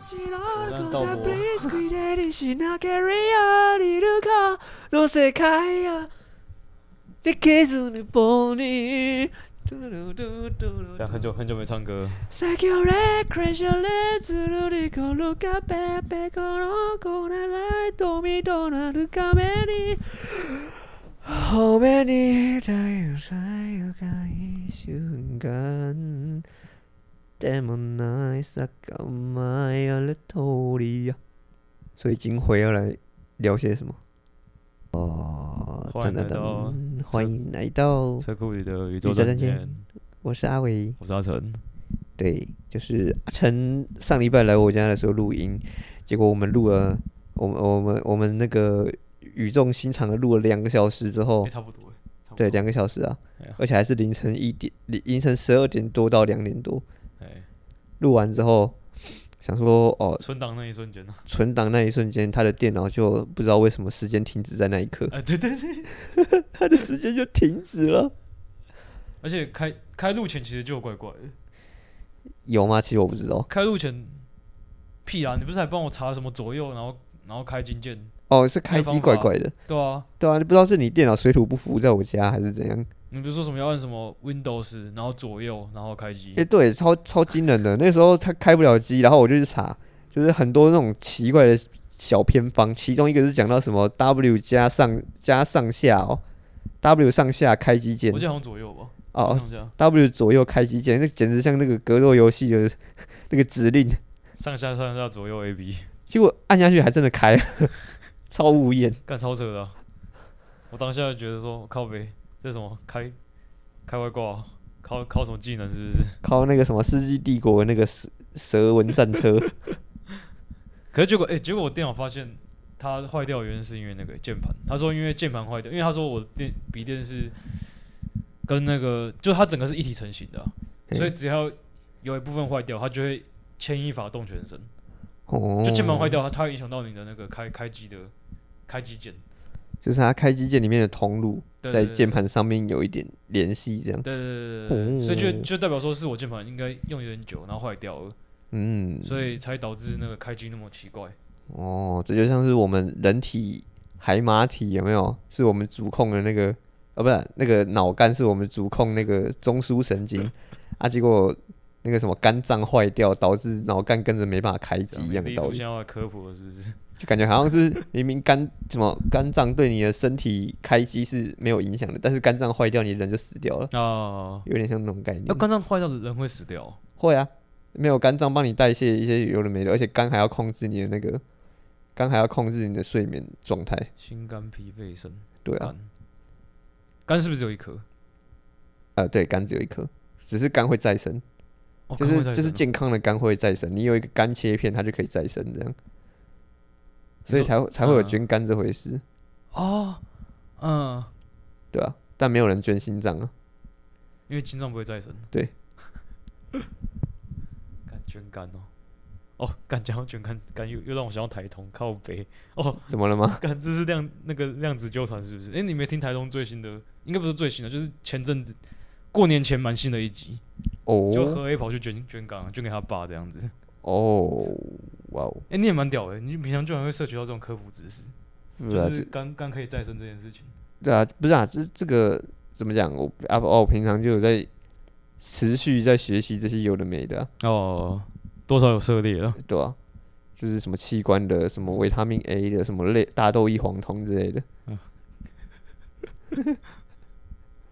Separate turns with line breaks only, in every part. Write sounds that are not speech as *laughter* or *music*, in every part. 像道博像很久很久没唱歌，
How many times have you got 이 순간 때문에 싹감마야 레토리야 所以今回要来聊些什么？哦，
欢迎来到
噔噔噔，
车
欢迎来到，
车库里的宇宙
宇宙
战
战舰
舰，
我是阿伟。
我是阿成，
对，就是阿成上礼拜来我家的时候录音，结果我们录了，我们我们我们那个语重心长的录了两个小时之后
诶，哎差不多，差不多
对，，两个小时啊
哎呀，
而且还是凌晨一点，凌凌晨十二点多到两点多。
哎，
录完之后，想说哦，
存档那一瞬间呢， *laughs*
存档那一瞬间，他的电脑就不知道为什么时间停止在那一
*laughs*
刻，
哎，对对对，
他的时间就停止了。
而且开开录前其实就有怪怪的，
有吗？其实我不知道。
开录前屁啊，你不是还帮我查什么左右，然后然后开金键，
哦，是开
没方
机
法
怪怪的，
对啊，
对啊，你不知道是你电脑水土不服在我家还是怎样？
你不是说什么要按什么 Windows，然后左右，然后开机
诶，，对，超超惊人的。那时候他开不了机，然后我就去查，就是很多那种奇怪的小偏方，其中一个是讲到什么 W 加上加上下哦，W 上下开机键
我记得好像左右吧，
哦
好像这样，
，W 左右开机键，那简直像那个格斗游戏的 *laughs* 那个指令，
上下上下左右 A B，
结果按下去还真的开了， *laughs* 超无言。
干超扯的啊、我当下就觉得说靠北，这什么开开外挂啊，靠靠什么技能是不是？
靠那个什么《世纪帝国》那个蛇蛇纹战车，
可是结果，哎、结果我电脑发现它坏掉，原因是因为那个键盘。他说因为键盘坏掉，因为他说我电笔电是跟那个，就它整个是一体成型的啊、
嘿
所以只要有一部分坏掉，它就会牵一发动全身。
哦，
就键盘坏掉，它它会影响到你的那个开开机的开机键。
就是它开机键里面的通路
对
在
对对
键盘上面有一点联系，这样，
对对对对对，
哦
所以就就代表说是我键盘应该用有点久，然后坏掉了，
嗯，
所以才导致那个开机那么奇怪。
哦，这就像是我们人体海马体有没有？是我们主控的那个，啊，不是那个脑干是我们主控那个中枢神经啊，结果那个什么肝脏坏掉，导致脑干跟着没办法开
这
机一样的
第一
道
出
理，
现要来科普了是不是？
就感觉好像是明明肝什么肝脏对你的身体开机是没有影响的，但是肝脏坏掉，你人就死掉了，
啊，
有点像那种概念
要。肝脏坏掉的人会死掉哦。
会啊，没有肝脏帮你代谢一些有的没的，而且肝还要控制你的那个，肝还要控制你的睡眠状态。
心肝脾肺肾，
对啊，
肝，肝是不是只有一颗？
呃，对，肝只有一颗，只是肝会再生，
哦
就
肝会
是
再
就是
生
健康的肝会再生，你有一个肝切片，它就可以再生这样，所以
说
才会才会有
嗯
捐肝这回事，
哦，嗯，
对啊，但没有人捐心脏啊，
因为心脏不会再生。
对，
干捐 *laughs* 肝哦，哦，干讲到捐肝，干又又让我想到台通靠北 *laughs* 哦，
怎么了吗？
干这是量那个量子纠缠是不是？哎、你没听台通最新的？应该不是最新的，就是前阵子过年前蛮新的一集，就
哦
何 A 跑去捐捐肝啊，捐给他爸这样子。
哦，哇哦，
哎、你也蛮屌的，你平常居然会摄取到这种科普知识，
对啊，
就是
这
肝肝可以再生这件事情。
对啊，不是啊，这这个怎么讲？我啊哦，我平常就有在持续在学习这些有的没的啊、
哦，多少有涉猎了。
对啊，就是什么器官的，什么维他命 A 的，什么类大豆异黄酮之类的。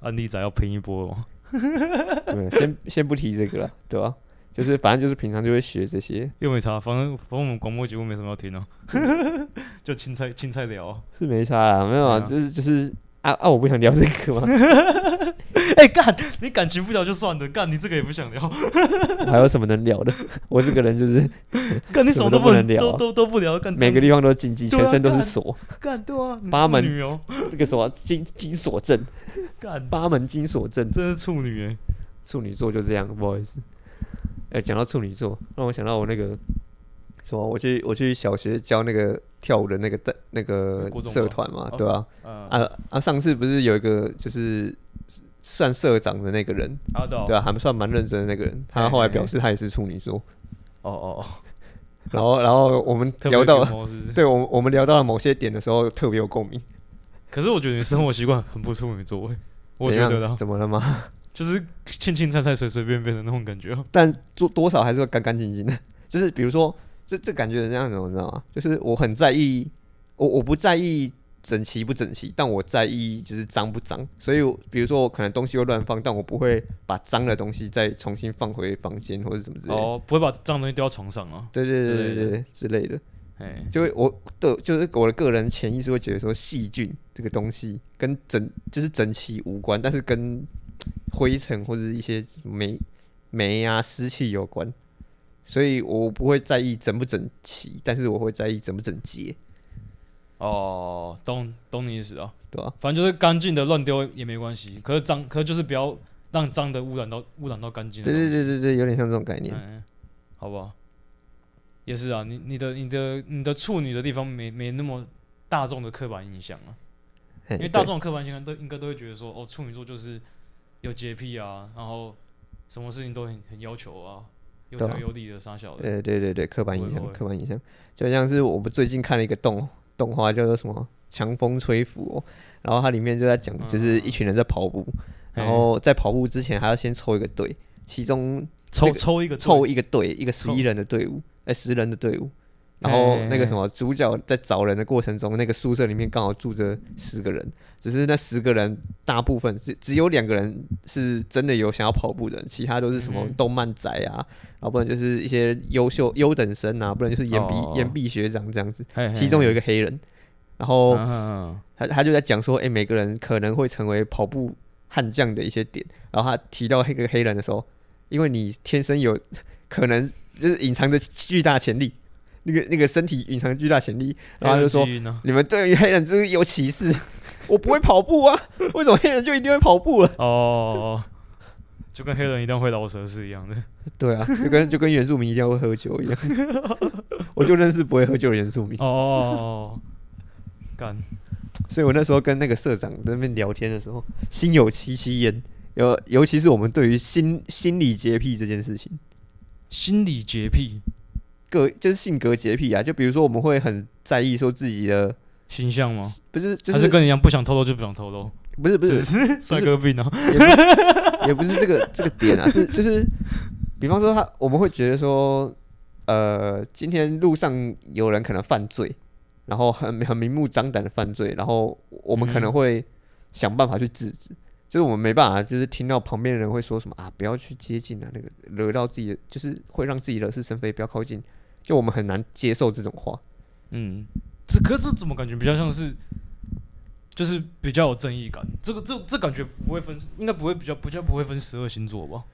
安利仔要拼一波哦。
没有，先 *laughs* 先不提这个了，对吧、就是反正就是平常就会学这些，
又没差，反正反正我们广播节目没什么要听哦， *laughs* 就青菜青菜聊
*laughs*
哦。
是没差啦，没有啊，
对啊
就是就是啊啊，我不想聊这个 *laughs* 嘛，
哎、干，你感情不聊就算了，干你这个也不想
*laughs*
聊，
还有什么能聊的？ *laughs* 我这个人就是
干你
什么
都
都不能聊
都
啊
都都不聊，干
每个地方都禁忌，
对啊
全身都是
干
锁，
方干对啊，你
八
处
门
女哦，
这个什么金金锁阵，
干
八门金锁阵，
真是处女哎，
处女座就这样，不好意思。哎、讲到处女座，让我想到我那个什么，我去我去小学教那个跳舞的那个带那个
国中吧
社团嘛，
哦
对吧、
嗯
啊啊！上次不是有一个就是算社长的那个人，
阿道哎
对啊，还算蛮认真的那个人，
嘿
他
嘿
后来表示他也是处女座，
哦哦哦，
然后然后我们
特别
聊到
卷，毛是不
*laughs*
是？
对我们我们聊到了某些点的时候特别有共鸣。
可是我觉得你生活习惯很不处女座
啊
欸，我
怎
觉得
样？
啦，
怎么了吗？ *laughs*
就是青青菜菜、随随便便的那种感觉啊。
但做多少还是会干干净净的。就是比如说，这这感觉是这样子，你知道吗？就是我很在意，我我不在意整齐不整齐，但我在意就是脏不脏。所以我，比如说我可能东西会乱放，但我不会把脏的东西再重新放回房间或者什么之类的。
哦，不会把脏东西丢到床上啊。
对对对对
之类
对
的
对之类的，
哎，
就会我的就是我的个人潜意识会觉得说，细菌这个东西跟整就是整齐无关，但是跟灰尘或者是一些霉霉啊湿气有关，所以我不会在意整不整齐，但是我会在意整不整洁，
哦，懂懂你意思啊。
对吧、
反正就是干净的乱丢也没关系，可是脏，可是就是不要让脏的污染到污染到干净的
对
东西。
对对对对，有点像这种概念。
嗯，好不好？也是啊，你你的你的你的处女的地方没没那么大众的刻板印象啊，
因
因为大众的刻板印象都应该都会觉得说，哦，处女座就是有洁癖啊，然后什么事情都很很要求啊，有
对啊
条有理的傻小的。
呃，对对对，刻板印
不会不
象，
会
刻板印象，就像是我们最近看了一个动动画，叫做什么《强风吹拂》哦，然后它里面就在讲，就是
啊
一群人在跑步，然后在跑步之前还要先抽一个队，其中
抽
这个
抽一个
凑
一
一个队，一个十
凑哎
一人的队伍，哎，十人的队伍。然后那个什么主角在找人的过程中，那个宿舍里面刚好住着十个人，只是那十个人大部分只只有两个人是真的有想要跑步的人，其他都是什么
嗯哼
动漫宅啊，然后不然就是一些优秀优等生啊，不然就是岩壁
哦哎
岩壁学长这样子。
嘿嘿
其中有一个哦黑人，然后
嗯嗯
他他就在讲说，哎、每个人可能会成为跑步悍将的一些点。然后他提到黑个黑人的时候，因为你天生有可能就是隐藏着巨大潜力，那个那个身体隐藏着巨大潜力，然后他就说，
黑人基因啊
你们对于黑人就是有歧视， *laughs* 我不会跑步啊，为什么黑人就一定会跑步了？
哦哦，哦 *laughs* 就跟黑人一定会老舌是一样
*laughs*
的。
对啊，就跟就跟原住民一定要会喝酒一样， *laughs* 我就认识不会喝酒的原住民
哦，哦，哦哦干，
所以我那时候跟那个社长在那边聊天的时候，心有戚戚焉。尤尤其是我们对于心心理洁癖这件事情，
心理洁癖、
个就是性格洁癖啊，就比如说我们会很在意说自己的，
形象吗？
不是 *laughs* 就
还
是
是跟你一样不想透露就不想透露？
不是不是
是帅哥病啊！
也不是 *laughs* 也不是这个这个点啊，是就是，比方说他我们会觉得说，呃，今天路上有人可能犯罪，然后很很明目张胆的犯罪，然后我们可能
嗯
会想办法去制止，就是我们没办法，就是听到旁边的人会说什么啊，不要去接近啊，那个惹到自己的，就是会让自己惹是生非，不要靠近，就我们很难接受这种话。
嗯，这可是这怎么感觉比较像是，就是比较有正义感。这个这这感觉不会分，应该不会比较比较不会分十二星座吧？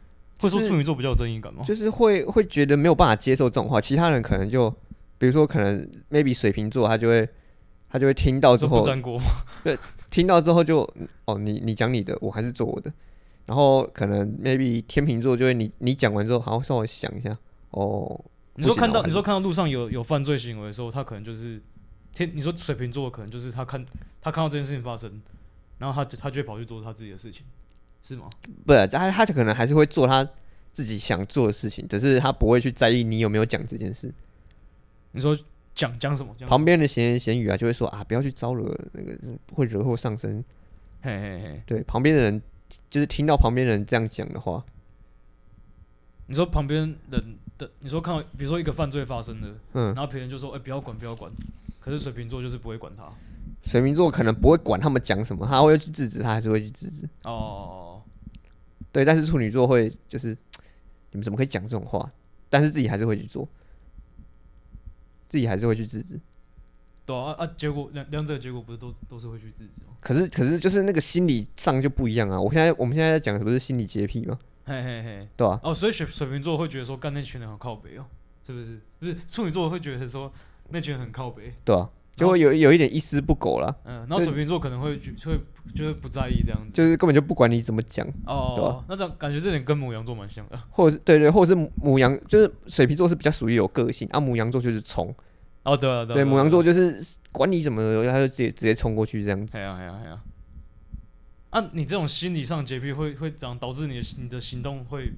会说
就是
处女座比较有正义感吗？
就是会会觉得没有办法接受这种话，其他人可能就，比如说可能 maybe 水瓶座，他就会他就会听到之
这不
后，
粘锅吗？
听到之后就嗯哦，你你讲你的，我还是做我的，然后可能 maybe 天秤座就会你你讲完之后，好像稍微想一下，哦，
你说
不行啊
看到
我还是
你说看到路上有有犯罪行为的时候，他可能就是天，你说水瓶座可能就是他看他看到这件事情发生，然后他就他就会跑去做他自己的事情，是吗？
不是，他他可能还是会做他自己想做的事情，只是他不会去在意你有没有讲这件事。
你说讲讲什么？讲
旁边的闲言闲语啊，就会说啊，不要去招惹那个会惹祸上身。
嘿嘿嘿，
对，旁边的人就是听到旁边的人这样讲的话，
你说旁边人的，你说看到比如说一个犯罪发生了。
嗯
然，后别人就说：“哎、不要管，不要管。”可是水瓶座就是不会管他。
水瓶座可能不会管他们讲什么，他会去制止，他还是会去制止。
哦，
对，但是处女座会就是，嗯你们怎么可以讲这种话？但是自己还是会去做，自己还是会去制止。
对啊，啊，啊结果两两者的结果不是都都是会去制止吗？
可是，可是就是那个心理上就不一样啊！我现在我们现在在讲什么是心理洁癖嘛，
嘿嘿嘿，
对吧、啊
哦，所以水水瓶座会觉得说，干那群人很靠北哦，是不是？不是处女座会觉得说那群人很靠北，
对吧、啊就
哦
会有有一点一丝不苟啦，
嗯，然后
所以
水瓶座可能会觉就会就是不在意这样子。
就是根本就不管你怎么讲，对
哦
啊，
那这样感觉这点跟母羊座蛮像的。
或者是对对，或者是母羊，就是水瓶座是比较属于有个性啊，母羊座就是冲，
哦，对啊，对啊，
对，母羊座
就
就是管你怎么，他就直接直接冲过去这样子。
哎呀哎呀哎呀。啊，你这种心理上洁癖会会这样导致你的你的行动会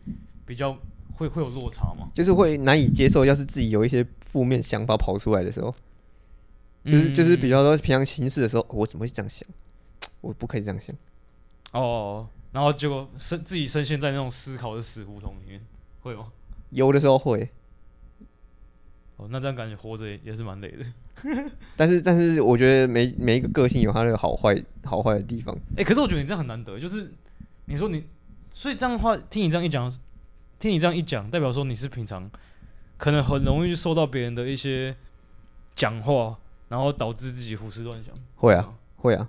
比较会会有落差吗？
就是会难以接受，要是自己有一些负面想法跑出来的时候，
嗯
就是就是比
较
较说平常行事的时候，哦我怎么会这样想？我不可以这样想。
哦，然后结果深自己深陷在那种思考的死胡同里面，会吗？
有的时候会，
哦，那这样感觉活着也也是蛮累的。
但是但是我觉得每每一个个性有它的好坏好坏的地方。
哎、可是我觉得你这样很难得，就是你说你，所以这样的话，听你这样一讲，听你这样一讲，代表说你是平常可能很容易受到别人的一些讲话，然后导致自己胡思乱想。
会
对
啊
啊，
会啊。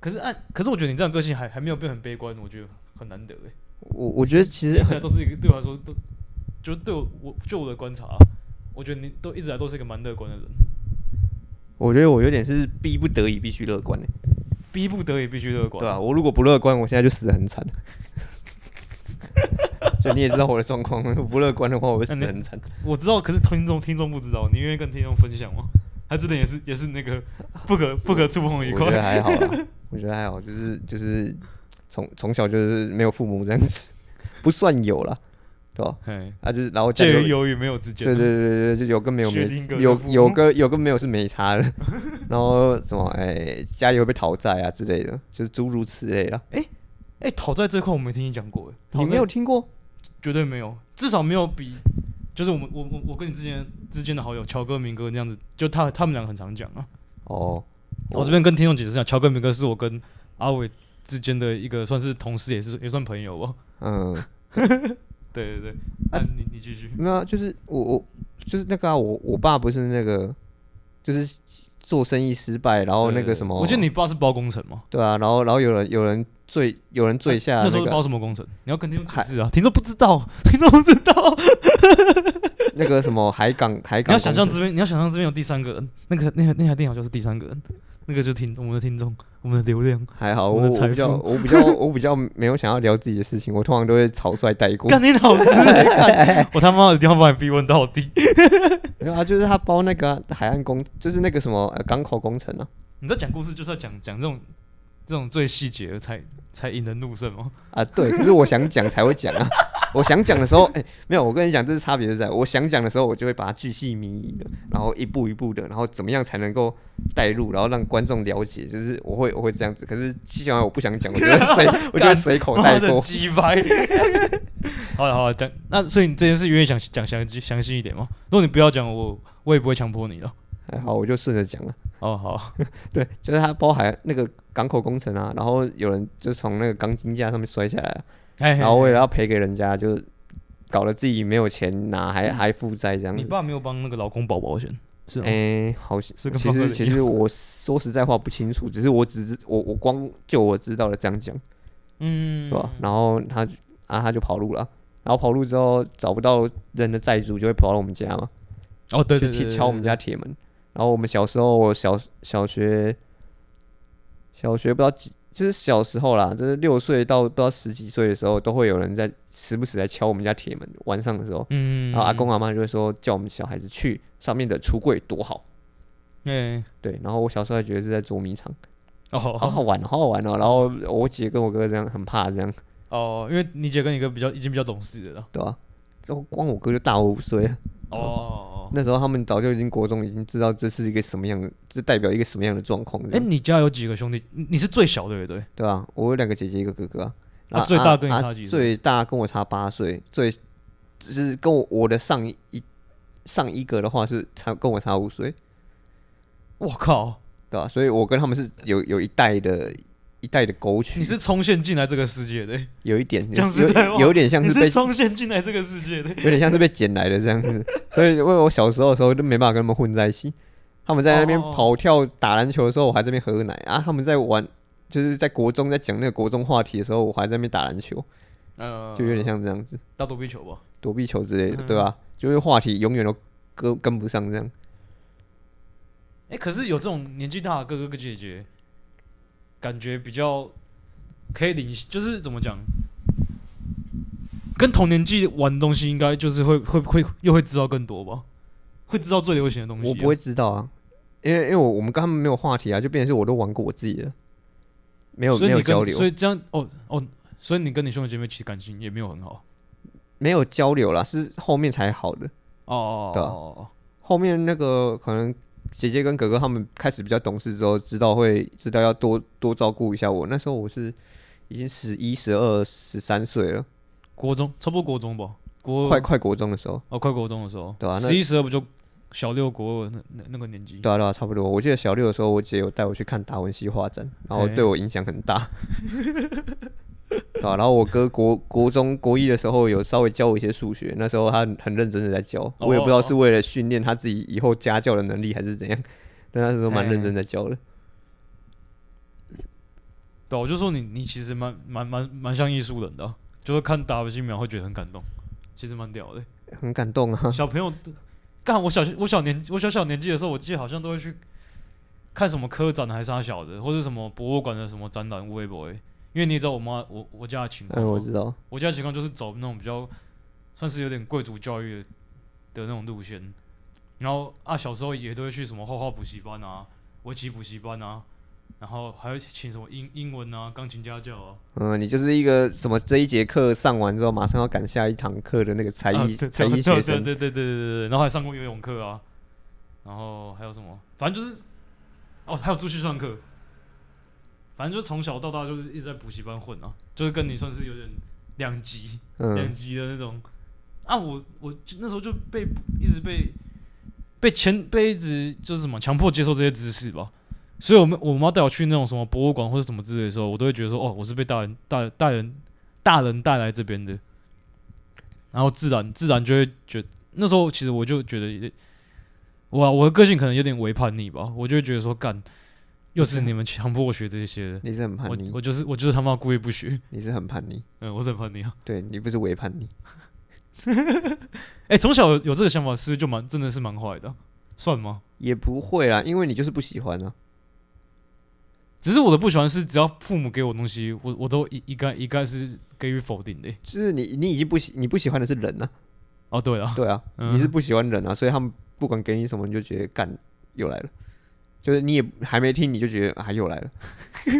可是按，可是我觉得你这样个性还还没有变很悲观，我觉得很难得哎、
我我觉得其实
一直
很
来都是一个对我来说都，就是对我我就我的观察啊、我觉得你都一直来都是一个蛮乐观的人，
我觉得我有点是逼不得已必须乐观的、
逼不得已必须乐观。
对啊，我如果不乐观，我现在就死得很惨。 *laughs* 就你也知道我的状况，我不乐观的话，我会死得很惨。
我知道，可是听众听众不知道，你愿意跟听众分享吗？他真的也是也是那个
*laughs*
不可不可 *laughs* 触碰的一
我觉得
块。
还好
*laughs*
啦，我觉得还好，就是就是从从小就是没有父母这样子， *laughs* 不算有啦，对吧？
嘿
啊，就是然后家
介于
里有
有与没有之间。
对对对对，就有跟没有没
薛定谔的
有
父母
有跟有跟没有是没差的， *laughs* 然后什么哎、家里会被讨债啊之类的，就是诸如此类啦。
哎、讨债这块我没听你讲过，哎，
你
讨债
没有听过？
绝对没有，至少没有比就是我们我我我跟你之前之间的好友乔哥明哥那样子，就他他们两个很常讲啊。
哦，
我这边跟听众解释一下，乔哥明哥是我跟阿伟之间的一个算是同事，也是也算朋友吧。
嗯，
对对对，那、你你继续。
没有、啊，就是我我就是那个啊，我我爸不是那个，就是做生意失败，然哦后那
对对
个
对
什么，
我记得你爸是包工程吗？
对啊，然后然后有人有人坠有人坠下
啊那时候是
啊个
包什么工程？你要跟听众解
海
释啊，听众不知道， *laughs* 听众不知道。
*laughs* 那个什么海港海港，
你要想象这边，你要想象这边有第三个人，那个那个那台电脑就是第三个人，那个就听我们的听众，我们的流量。
还好，
我
我
们的
我比较
财
我比较我比较没有想要聊自己的事情，我通常都会草率带过。
干你老师、欸，干 *laughs* 我他妈的一定要把你逼问到底。
没有啊，就是他包那个啊、海岸工，就是那个什么、呃、港口工程啊
你在讲故事就是要讲讲这种这种最细节的才才引人入胜哦吗？
啊，对，可是我想讲才会讲
*laughs*
啊。我想讲的时候，哎、没有，我跟你讲，这是差别就在我想讲的时候，我就会把它巨细靡遗的，然后一步一步的，然后怎么样才能够带入，然后让观众了解，就是我会我会这样子。可是基本上我不想讲，我觉得
*laughs*
随我觉得随口带
妈的
过。
鸡掰。好了好了，讲那所以你这件事愿意讲讲详细详细一点吗？如果你不要讲，我我也不会强迫你的。
还好，我就顺着讲啊了。
哦好，
*laughs* 对，就是它包含那个港口工程啊，然后有人就从那个钢筋架上面摔下来啊，
哎，
然后为了要赔给人家，就搞得自己没有钱拿，还还负债这样
嗯你
子。
爸没有帮那个老公保保险是吗？
哎、好像
是跟
其
方哥
实
的
其
一样
实我说实在话不清楚，只是我只是我我光就我知道的这样讲，
嗯，
对吧？然后他就啊他就跑路了，然后跑路之后找不到人的债主，就会跑到我们家嘛，
哦对对对，
去
对
铁敲我们。家铁门。然后我们小时候，我小小学小学不知道几，就是小时候啦，就是六岁到不知道十几岁的时候，都会有人在时不时来敲我们家铁门，晚上的时候。
嗯，
然后阿公阿妈就会说叫我们小孩子去上面的橱柜躲好。
哎，
对，然后我小时候还觉得是在捉迷藏，
哦
好好
好
玩，好好玩哦。然后我姐跟我哥这样很怕这样，
哦，因为你姐跟你哥比较已经比较懂事了啦。
对吧、然后光我哥就大我五岁了，
哦，
那时候他们早就已经国中已经知道这是一个什么样的，这代表一个什么样的状况这
哎，
样，
你家有几个兄弟？你你是最小的，对不对？
对吧、我有两个姐姐，一个哥哥啊。
啊最大跟你
啊
差几岁
最大跟我差八岁，最就是跟我我的上一上一个的话是差跟我差五岁，
我靠，
对吧、所以我跟他们是
*laughs*
有有一代的一代的沟渠。
你是冲线进来这个世界的，
有一点，有
讲实在话
有有点像
你
是被
是冲线进来这个世界的。
有点像是被捡来的这样子，
*laughs*
所以因为我小时候的时候就没办法跟他们混在一起。他们在那边
哦
跑跳打篮球的时候，我还在那边喝奶啊；他们在玩，就是在国中在讲那个国中话题的时候，我还在那边打篮球，
呃，
就有点像这样子
打躲避球吧。
躲避球之类的，
嗯
对吧？就是话题永远都跟跟不上这样。
哎，可是有这种年纪大的哥哥跟姐姐，感觉比较可以领，就是怎么讲？跟同年纪玩的东西，应该就是会会会又会知道更多吧，会知道最流行的东西啊、
我不会知道啊，因为因为我我们跟他们没有话题啊，就变成是我都玩过我自己的，没有
所以
没
你
有
跟
交流
所。以这样哦哦，所以你跟你兄弟姐妹其实感情也没有很好。
没有交流啦，是后面才好的。
哦哦
对啊
哦
后面那个可能姐姐跟哥哥他们开始比较懂事之后，知道会知道要多多照顾一下我。那时候我是已经十一、十二、十三岁了，
哦，国中差不多国中吧，国
快快国中的时候，
哦快国中的时候，
对啊那
十一十二不就小六国二那那那个年纪，
对啊对啊，差不多。我记得小六的时候，我姐有带我去看达文西画展，然后
嘿
对我影响很大。对啊，然后我哥国国中国一的时候有稍微教我一些数学，那时候他很很认真的在教，
哦
我也不知道是为了训练他自己以后家教的能力还是怎样，但那时候蛮认
哎
真在教的。
对啊、我就说你你其实蛮蛮蛮蛮像艺术人的啊、就是看达文西秒会觉得很感动，其实蛮屌的、
很感动啊！
小朋友的，干我小我小年我小小年纪的时候，我记得好像都会去看什么科展还是啥小的，或者什么博物馆的什么展览，微博。因为你也知道我妈我我家的情况
*laughs* 嗯，
嘛，
我知道。
我家的情况就是走那种比较算是有点贵族教育的的那种路线，然后啊小时候也都会去什么画画补习班啊、围棋补习班啊，然后还会请什么英英文啊、钢琴家教啊，
嗯，你就是一个什么这一节课上完之后，马上要赶下一堂课的那个才
啊
艺、
对
才
对
艺学
对
生。
对对对对对，然后还上过游泳课啊，然后还有什么，反正就是哦，还有出去上课，反正就是从小到大就是一直在补习班混啊，就是跟你算是有点两极两
嗯，
极的那种啊，我我就那时候就被一直被被牵被一直就是什么强迫接受这些知识吧。所以我们我妈带我去那种什么博物馆或者什么之类的时候，我都会觉得说，哦，我是被大人、大大人、大人带来这边的，然后自然自然就会觉那时候其实我就觉得有点，我我的个性可能有点为叛逆吧，我就会觉得说，干，又是你们强迫我学这些的，
你是很叛
我
逆
我，就是我就是他妈故意不学，
你是很叛逆，
嗯，我是很叛逆啊。
对你不是伪叛逆。
哎、从小有有这个想法，是不是就蛮真的是蛮坏的啊、算吗？
也不会啦，因为你就是不喜欢啊。
只是我的不喜欢是，只要父母给我东西，我我都一一概一概是给予否定的欸、
就是你，你已经不喜，你不喜欢的是人啊，
哦，对
*laughs*
了，
对啊，
嗯
你是不喜欢人啊，所以他们不管给你什么，你就觉得干又来了，就是你也还没听，你就觉得啊又来了，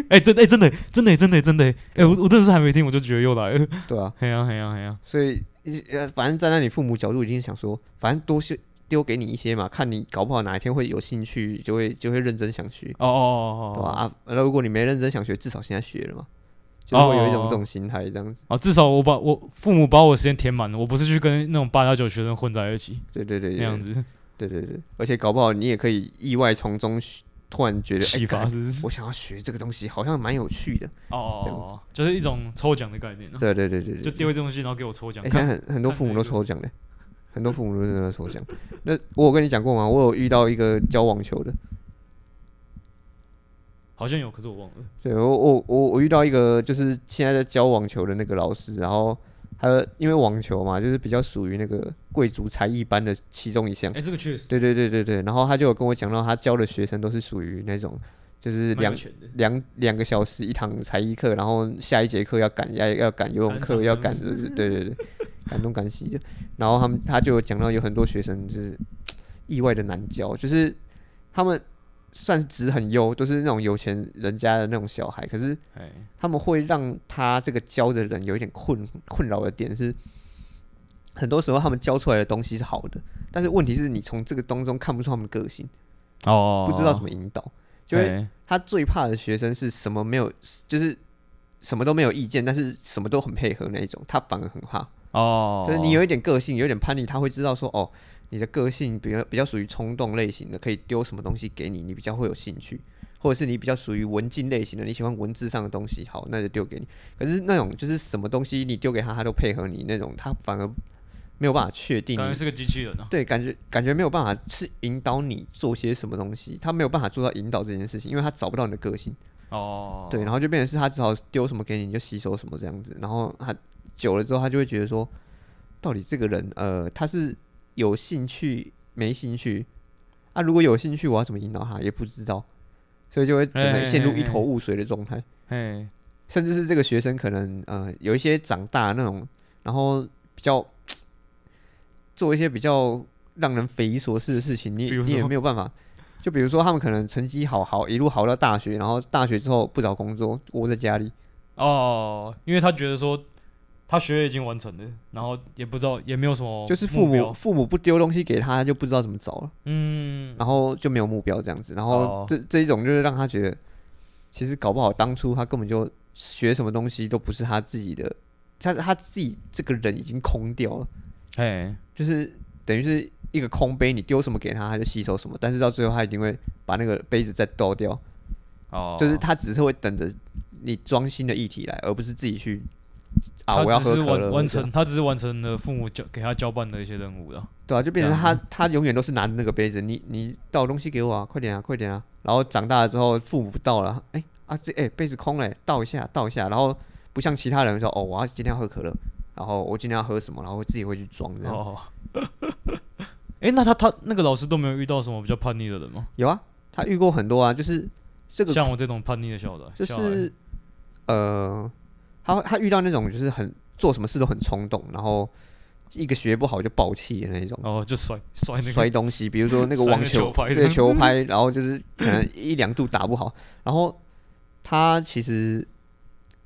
哎、真哎、真的真的真的真的，哎、我我真的是还没听，我就觉得又来了。 *laughs*
对啊，
嘿呀嘿呀嘿呀，
所以呃，反正站在你父母角度，已经想说，反正多些丢给你一些嘛，看你搞不好哪一天会有兴趣，就会就会认真想学。
哦哦
对
哦
吧？
哦哦，
啊，那如果你没认真想学，至少现在学了嘛，就会有一
哦哦
种
哦
这种心态，这样子。
哦，至少我把我父母把我时间填满了，我不是去跟那种八加九学生混在一起
对对对，
那样，子
对对对。而且搞不好你也可以意外从中学突然觉得，哎
启，发，
干
是不是？
我想要学这个东西，好像蛮有趣的。
哦哦
这
哦，
样
哦就是一种抽奖的概念啊，
对对对对对，
就丢一堆东西，然后给我抽奖
哎，，现在
看
很很多
看
父母
哪
都
一个
抽奖的，很多父母都真的抽奖。那我有跟你讲过吗？我有遇到一个教网球的，
好像有，可是我忘了。
对我我我我遇到一个就是现在在教网球的那个老师，然后他因为网球嘛，就是比较属于那个贵族才艺班的其中一项
哎、。这个确实
对对对对对，然后他就有跟我讲到，他教的学生都是属于那种，就是
蛮有
两
钱的。
两两个小时一堂才艺课，然后下一节课要赶要要赶游泳
赶
课，
场
要
这
赶
样
对对对，赶东赶西的。然后他们他就有讲到，有很多学生就是意外的难教，就是他们算是值很优，都、是那种有钱人家的那种小孩，可是
哎，
他们会让他这个教的人有一点困困扰的点是，很多时候他们教出来的东西是好的，但是问题是你从这个当中看不出他们个性，
哦
不知道怎么引导。就是
哎
他最怕的学生是什么没有，就是什么都没有意见，但是什么都很配合那一种，他反而很怕。
哦，
就是你有一点个性，有一点叛逆，他会知道说哦，你的个性比较比较属于冲动类型的，可以丢什么东西给你，你比较会有兴趣，或者是你比较属于文静类型的，你喜欢文字上的东西，好，那就丢给你。可是那种就是什么东西你丢给他，他都配合你那种，他反而没有办法确定
感觉
你。
是个机器人啊。
对，感觉感觉没有办法是引导你做些什么东西，他没有办法做到引导这件事情，因为他找不到你的个性。
哦，
对，然后就变成是他只好丢什么给你，你就吸收什么这样子。然后他久了之后，他就会觉得说，到底这个人呃，他是有兴趣没兴趣？啊，如果有兴趣，我要怎么引导他也不知道，所以就会整
哎
个
哎
陷入
哎
一头
哎
雾水的状态。
哎，
甚至是这个学生可能呃有一些长大那种，然后比较做一些比较让人匪夷所思的事情，你
比如
你也
说
没有办法。就比如说，他们可能成绩好好，一路好到大学，然后大学之后不找工作，窝在家里，
哦，因为他觉得说他学业已经完成了，然后也不知道也没有什么
就是父
哦目
母
标，
父母不丢东西给他，他就不知道怎么找了，
嗯，
然后就没有目标这样子，然后
哦
这这一种就是让他觉得，其实搞不好当初他根本就学什么东西都不是他自己的，他他自己这个人已经空掉了，
哎，
就是等于是一个空杯，你丢什么给他，他就吸收什么，但是到最后他一定会把那个杯子再倒掉，
哦，
就是他只是会等着你装新的议题来，而不是自己去啊，我要
他只
喝
是
可乐，
完
我
完
这样
成，他只是完成了父母交给他交办的一些任务了。
对啊，就变成
这
他
样
他永远都是拿着那个杯子，你你倒东西给我啊，快点啊，快点啊。然后长大了之后，父母不倒了，哎、啊这哎、杯子空了，倒一下倒一下。然后不像其他人说哦，我要今天要喝可乐，然后我今天要喝什么，然后自己会去装这样。
哦， *laughs* 哎、那他他那个老师都没有遇到什么比较叛逆的人吗？
有啊，他遇过很多啊，就是这个
像我这种叛逆的小孩，
就
小孩
是呃，他他遇到那种就是很做什么事都很冲动，然后一个学不好就暴气的那一种。
哦，就甩 *laughs* 甩那个
摔东西，比如说那个
*laughs* 摔
网
那
球
球拍
这个球拍，然后就是可能一两度打不好，然后他其实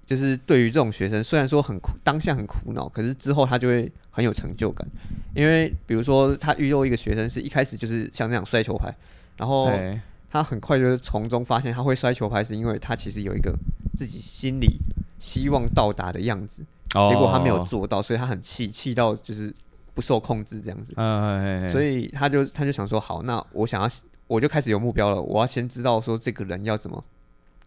就是对于这种学生，虽然说很苦，当下很苦恼，可是之后他就会很有成就感，因为比如说他遇到一个学生是一开始就是像那样摔球拍，然后
哎
他很快就是从中发现他会摔球拍，是因为他其实有一个自己心里希望到达的样子，
哦
结果他没有做到，所以他很气，气到就是不受控制这样子。
嗯，
所
以
以他就他就想说，好，那我想要，我就开始有目标了，我要先知道说这个人要怎么，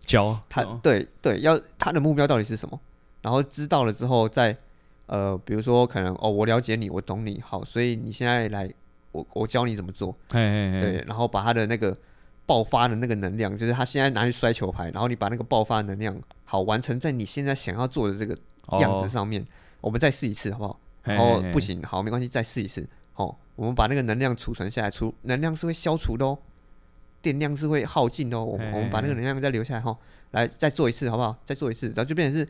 教哦
他、对对，要他的目标到底是什么，然后知道了之后再，呃，比如说可能哦，我了解你，我懂你，好，所以你现在来，我我教你怎么做，
嘿嘿
对，然后把他的那个爆发的那个能量，就是他现在拿去摔球拍，然后你把那个爆发的能量好完成在你现在想要做的这个
嘿
样子上面，我们再试一次好不好？
然
然后不，行，好，没关系，再试一次。哦，我们把那个能量储存下来，储能量是会消除的哦，电量是会耗尽的哦。我们我们把那个能量再留下来哈、哦，来再做一次好不好？再做一次，然后就变成是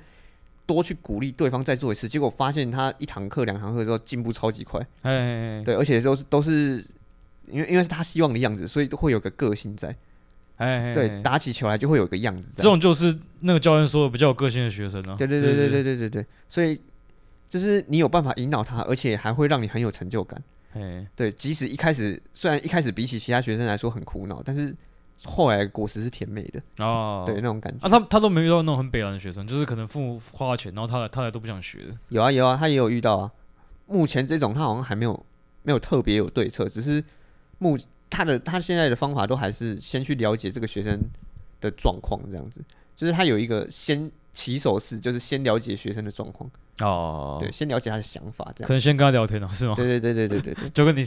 多去鼓励对方再做一次。结果发现他一堂课、两堂课之后进步超级快，
嘿嘿嘿
对，而且都是都是因为因为是他希望的样子，所以都会有个个性在。
嘿嘿，
对，打起球来就会有个样子在。
这种就是那个教练说的比较有个性的学生啊，
对对
是
对
不
对
是
对对对对，所以就是你有办法引导他，而且还会让你很有成就感。
嘿
对，即使一开始虽然一开始比起其他学生来说很苦恼，但是后来果实是甜美的，
哦，
对那种感觉。
啊，他他都没遇到那种很北蓝的学生，就是可能父母花了钱，然后他他来都不想学的。
有啊有啊，他也有遇到啊。目前这种他好像还没有没有特别有对策，只是目他的他现在的方法都还是先去了解这个学生的状况，这样子，就是他有一个先起手式，就是先了解学生的状况，
哦
对，，先了解他的想法，这
可
样。
能先跟他聊天了，哦是吗？
对对对对对对对
*laughs* 就跟你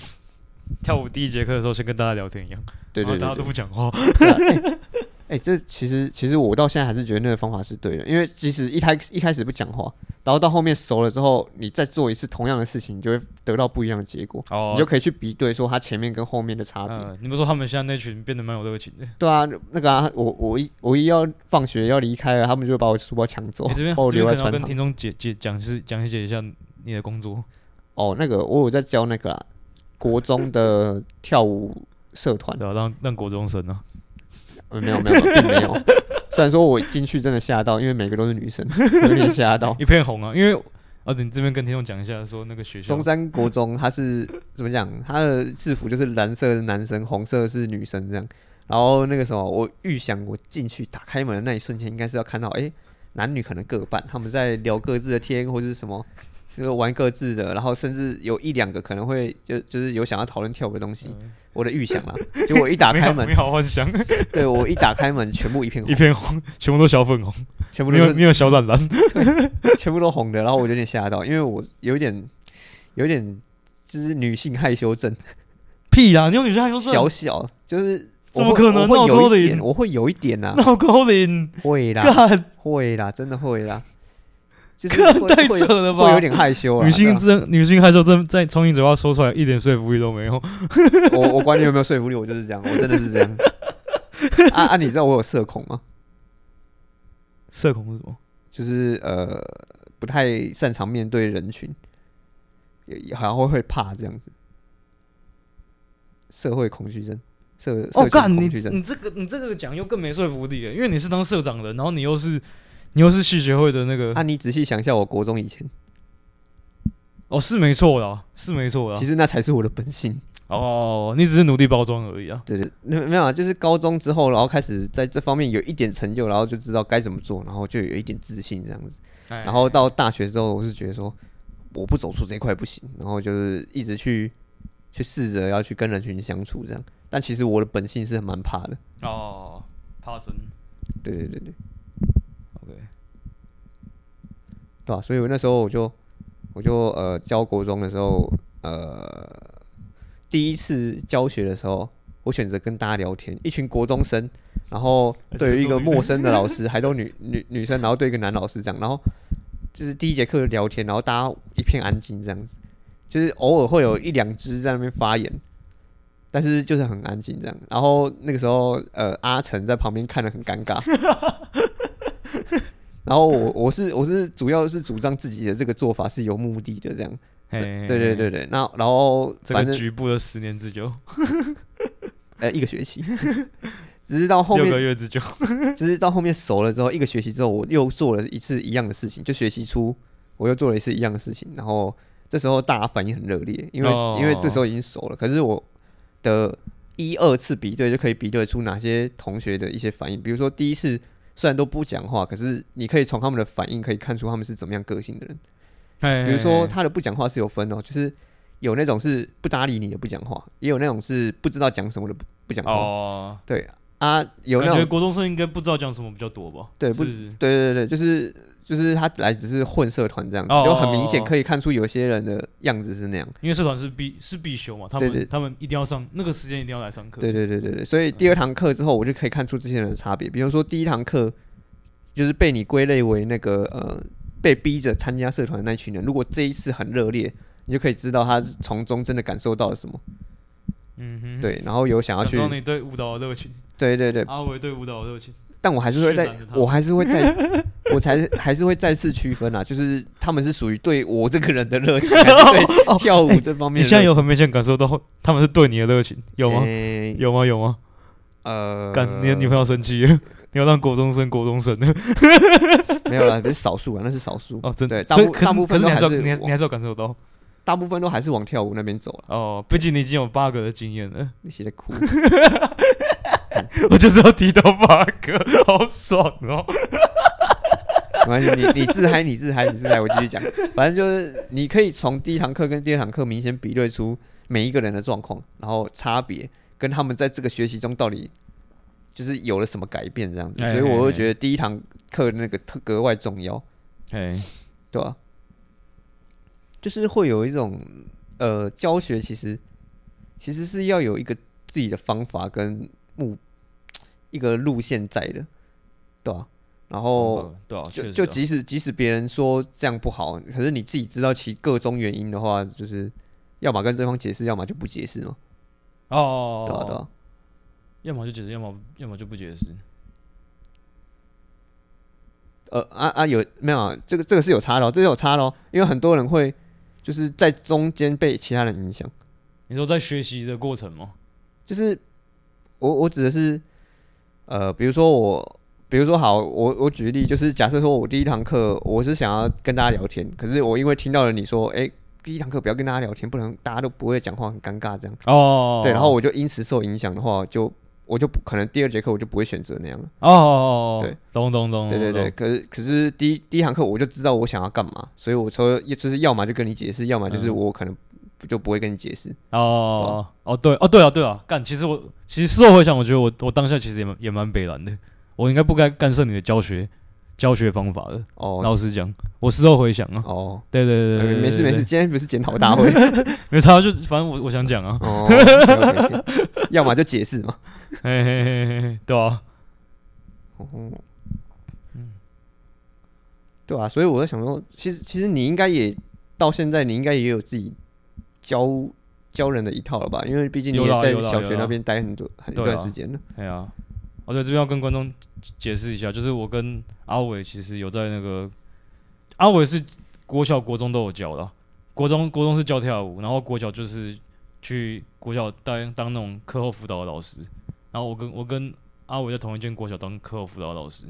跳舞第一节课的时候先跟大家聊天一样，
对对
然后
对
大家都
对。
不讲话。
对啊哎、欸这其实其实我到现在还是觉得那个方法是对的，因为即使一开一开始不讲话，然后到后面熟了之后，你再做一次同样的事情，你就会得到不一样的结果，
哦
你就可以去比对说他前面跟后面的差别。
嗯，你们说他们现在那群变得蛮有热情的，
对啊，那个啊，我我一我一要放学要离开了，他们就把我书包抢走，
你这边
把我
这边
留
可
在
能要
船
跟
旁。
听众解解讲是讲解一下你的工作。
哦，那个我有在教那个啦，国中的跳舞社团。
对啊，让让国中生啊，
呃，没有没有，并没有。 *laughs* 虽然说我进去真的吓到，因为每个都是女生， *laughs* 有点吓到。
一片红啊，因为啊，你这边跟听众讲一下，说那个学校
中山国中它是怎么讲？它的制服就是蓝色是男生，红色是女生这样。然后那个什么，我预想我进去打开门的那一瞬间，应该是要看到诶，男女可能各半，他们在聊各自的天或者是什么，这个玩各自的，然后甚至有一两个可能会就就是有想要讨论跳舞的东西。我的预想啦，结果一打
美
开
好
门
美，好幻想， *laughs*
对我一打开门，全部一片
一
红，
片红，全部都小粉红，
全部都
没有
是
没有小蓝蓝，
全部都红的，然后我有点吓到，因为我有一点有一点就是女性害羞症。
屁啊啦！你有女生还说
啊小小，就是
怎
我
么
会
可能
我会
那我
有
勾的
一
赢
点，我会有一点啊，
*laughs* 闹高龄，
会啦，
干
会啦，真的会啦，就是
干
啊会
太
会
扯了
会有
吧！
点害羞啦。
女
对
性
啊
真女性害羞症在从你嘴巴说出来一点说服力都没有。
我我管你有没有说服力，我就是这样，我真的是这
*laughs*
样。啊啊，你知道我有社恐吗？
社恐是什么？
就是呃，不太擅长面对人群，也也好像会会怕这样子。社会恐惧症，社社
哦，
群
干你
恐惧症，
你这个你这个讲又更没说服力了，因为你是当社长的，然后你又是你又是系学会的那个
啊啊，你仔细想一下，我国中以前，
哦，是没错啦，是没错啦
其。实那才是我的本性。
哦，你只是努力包装而已啊。
对对，那没有啊，就是高中之后，然后开始在这方面有一点成就，然后就知道该怎么做，然后就有一点自信这样子。然
然
后到大学之后，我是觉得说我不走出这一块不行，然后就是一直去去试着要去跟人群相处这样。但其实我的本性是蛮怕的。
哦，怕生。
对对对对，
OK，
对吧、所以我那时候我就我就呃教国中的时候，呃第一次教学的时候，我选择跟大家聊天，一群国中生，然后对于一个陌生的老师，还都女女女生，然后对一个男老师这样，然后就是第一节课聊天，然后大家一片安静这样子，就是偶尔会有一两只在那边发言。但是就是很安静这样，然后那个时候，呃，阿成在旁边看得很尴尬，然后
*laughs*
我我是我是主要是主张自己的这个做法是有目的的这样，
嘿
对对，对对，那然后
这
反
个
正
局部的十年之久，
呃一个学
*laughs*
期，只是到后
六个
面
月 *laughs* 之久。
只是到后面熟了之后，一个学期之后，我又做了一次一样的事情，就学期初我又做了一次一样的事情，然后这时候大家反应很热烈，因为、
哦
因为这时候已经熟了，可是我的一二次比对就可以比对出哪些同学的一些反应，比如说第一次虽然都不讲话，可是你可以从他们的反应可以看出他们是怎么样个性的人。比
比
如说他的不讲话是有分哦，就是有那种是不搭理你的不讲话，也有那种是不知道讲什么的不不讲话。
哦，
对啊，有
感
那
觉
种
国中生应该不知道讲什么比较多吧？
对
是
不
不是？
对对对，就是就是他来只是混社团这样子，
哦
就很明
哦
显
哦
可以看出有些人的样子是那样。
因为社团是必是必修嘛，他
对
们
对
他们一定要上那个时间，一定要来上课。
对对对对对，所以第二堂课之后，我就可以看出这些人的差别。比如说第一堂课就是被你归类为那个呃被逼着参加社团的那一群人，如果这一次很热烈，你就可以知道他是从中真的感受到了什么。
嗯哼，
对，然后有想要
感
去
受，到你对舞蹈的热情，
对对对，
阿伟对舞蹈的热情。
但我还是会
渲
在
染着，他
我还是会再，我才还是会再次区分啊，就是他们是属于对我这个人的热情，
*laughs*
还是 *laughs* 对跳舞这方
哦你
面的热情。
现在有很明显感受到他们是对你的
*laughs*
热情，有吗？
诶
有吗？有吗？
呃，
干，你的女朋友生气了， *laughs* 你要让国中生国中生 *laughs* 的
没有啦，那是少数啊，那是少
*laughs*
数。
哦，真
对
的。
大
所以
部
可
大
是
部
可
分
是
都
你还
还是
是要你还是
我
你还是有感受到
大部分都还是往跳舞那边走啊了。
哦，毕竟你已经有 bug 的经验了。 *laughs*
你写的哭，
我就是要提到 bug，好爽哦。
没关系，你你自嗨，你自嗨，你自嗨，我继续讲。反正就是你可以从第一堂课跟第二堂课明显比对出每一个人的状况，然后差别跟他们在这个学习中到底就是有了什么改变这样子。
哎
所以我会觉得第一堂课那个特格外重要，
哎，
对吧、就是会有一种呃教学其实其实是要有一个自己的方法跟目一个路线在的，对吧、然后。
对啊，
哦就
确实
就
啊
即使即使别人说这样不好，可是你自己知道其各中原因的话，就是要么跟对方解释，要么就不解释嘛，对啊吧、对
哦，
吧、
要么就解释，要么要么就不解释。
呃啊啊，有没有、啊、这个这个是有差的、哦，这个有差的、哦，因为很多人会就是在中间被其他人影响，
你说在学习的过程吗？
就是我我指的是呃，比如说我。比如说，好，我我举例，就是假设说，我第一堂课我是想要跟大家聊天，可是我因为听到了你说，哎、第一堂课不要跟大家聊天，不然大家都不会讲话，很尴尬这样。
哦，
对，然后我就因此受影响的话，就我就不可能第二节课我就不会选择那样了。
哦哦，哦
对，
懂懂懂，
对对
懂
对，，可是可是第一第一堂课我就知道我想要干嘛，所以我说就是要么就跟你解释，要么就是
嗯
我可能不就不会跟你解释。
哦哦对哦对啊对啊，干，其实我其实事后回想，我觉得我我当下其实也蛮也蛮北蓝的，我应该不该干涉你的教学教学方法的。
哦
老实讲，我事后回想啊，
哦，
对对对
呃
对，对
没事没，
对
事，
对
今天不是检讨大
*laughs*
会
没差，就是反正我我想讲啊，
哦，OK，OK，OK，要么就解释嘛。
嘿嘿嘿嘿嘿，对啊，
哦，
嗯
对啊，所以我在想说，其实其实你应该也到现在，你应该也有自己教教人的一套了吧？因为毕竟你
有啦
也在
有啦
小
有
学
啦
那边待很多很一
对
段
啊
时间了。
哎呀，我在这边要跟观众解释一下，就是我跟阿伟其实有在那个，阿伟是国小、国中都有教的啊，国中国中是教跳舞，然后国小就是去国小当当那种课后辅导的老师，然后我跟我跟阿伟在同一间国小当课后辅导的老师，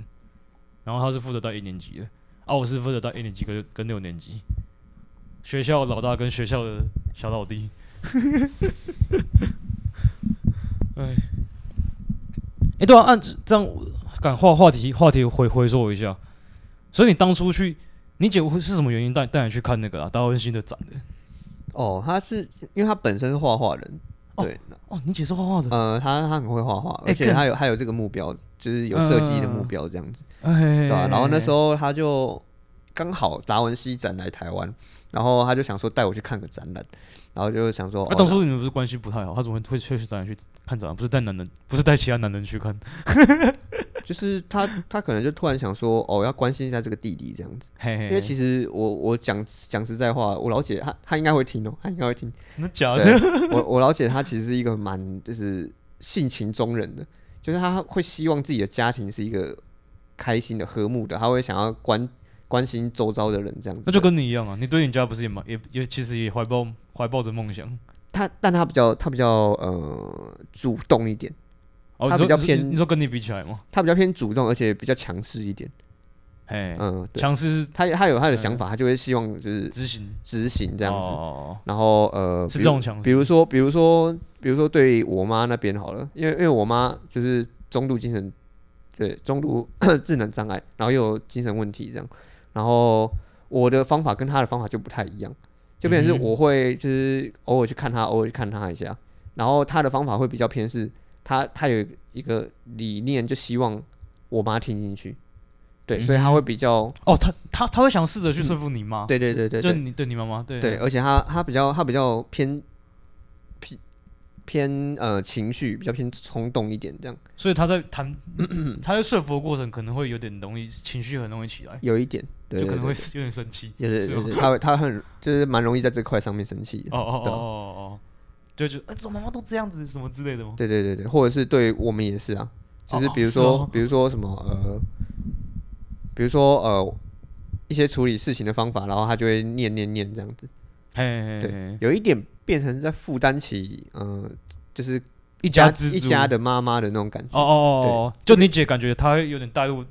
然后他是负责带一年级的，啊，我是负责带一年级跟跟六年级，学校老大跟学校的小老弟。哎，哎，对啊，按这样，敢话话题话题回回溯一下。所以你当初去，你姐夫是什么原因带带你去看那个啊？达文西的展的？
哦，他是因为他本身是画画人，
哦
对，
哦，你姐是画画的。
呃，他他很会画画，
哎
而且
更
他有他有这个目标，就是有设计的目
嗯
标这样子，
哎，
对吧、然后那时
候，
候他就刚好达文西展来台湾，然后他就想说带我去看个展览，然后就想说，
那、
哦
啊当初你们不是关系不太好，他怎么会确实带你去看展？不是带男人，不是带其他男人去看。
那就是他他可能就突然想说，哦，要关心一下这个弟弟这样子，
嘿嘿嘿，
因为其实我我讲讲实在话，我老姐她她应该会听哦，她应该会听， *laughs*
真的假的？
对，我我老姐她其实是一个蛮就是性情中人的，就是她会希望自己的家庭是一个开心的、和睦的，她会想要关关心周遭的人这样子。
那就跟你一样啊，你对你家不是也蛮也也其实也怀抱怀抱着梦想。
她，但她比较她比较呃主动一点，
哦，
他
你
比
说
较
你说
偏
你说跟你比起来吗？
她比较偏主动，而且比较强势一点。
哎，
嗯，对，
强势是
她她有她的想法，她就会希望就是
执行
执行这
这
样子。
子，
然后呃，
是
比
这
如
种强势。
比如说，比如说，比如说，对我妈那边好了，因为因为我妈就是中度精神，对中度 *coughs* 智能障碍，然后又有精神问题这样，然后我的方法跟她的方法就不太一样，就变成
嗯
是
哼
我会就是偶尔去看她，偶尔去看她一下，然后她的方法会比较偏是她她有一个理念，就希望我妈听进去，对，所以她会比较，
哦，他他他会想试
嗯
着去说服你妈，
对对对对
就
对
你对你妈妈，对
对，，而且他他比较他比较偏偏偏呃情绪比较偏冲动一点，这样
所以他在谈
呃
他在说服的过程可能会有点容易情绪很容易起来，
有一点，对
就可
对
能
对
会， *laughs* 有点生气，
也是
是吗
他会他很就是蛮容易在这块上面生气的，
哦哦哦
对
哦
啊
哦，就觉得哎怎么妈妈都这样子什么之类的吗？
对对对对，或者是对我们也是啊，就是
哦
比如
是
说
哦
比如说什么呃，比如说呃一些处理事情的方法，然后他就会念念念这样子，
嘿嘿嘿嘿，
有一点变成在负担起呃就是
一
一家
之
一
主
家的妈妈的那种感觉。
哦哦哦哦，就你姐感觉她有点带入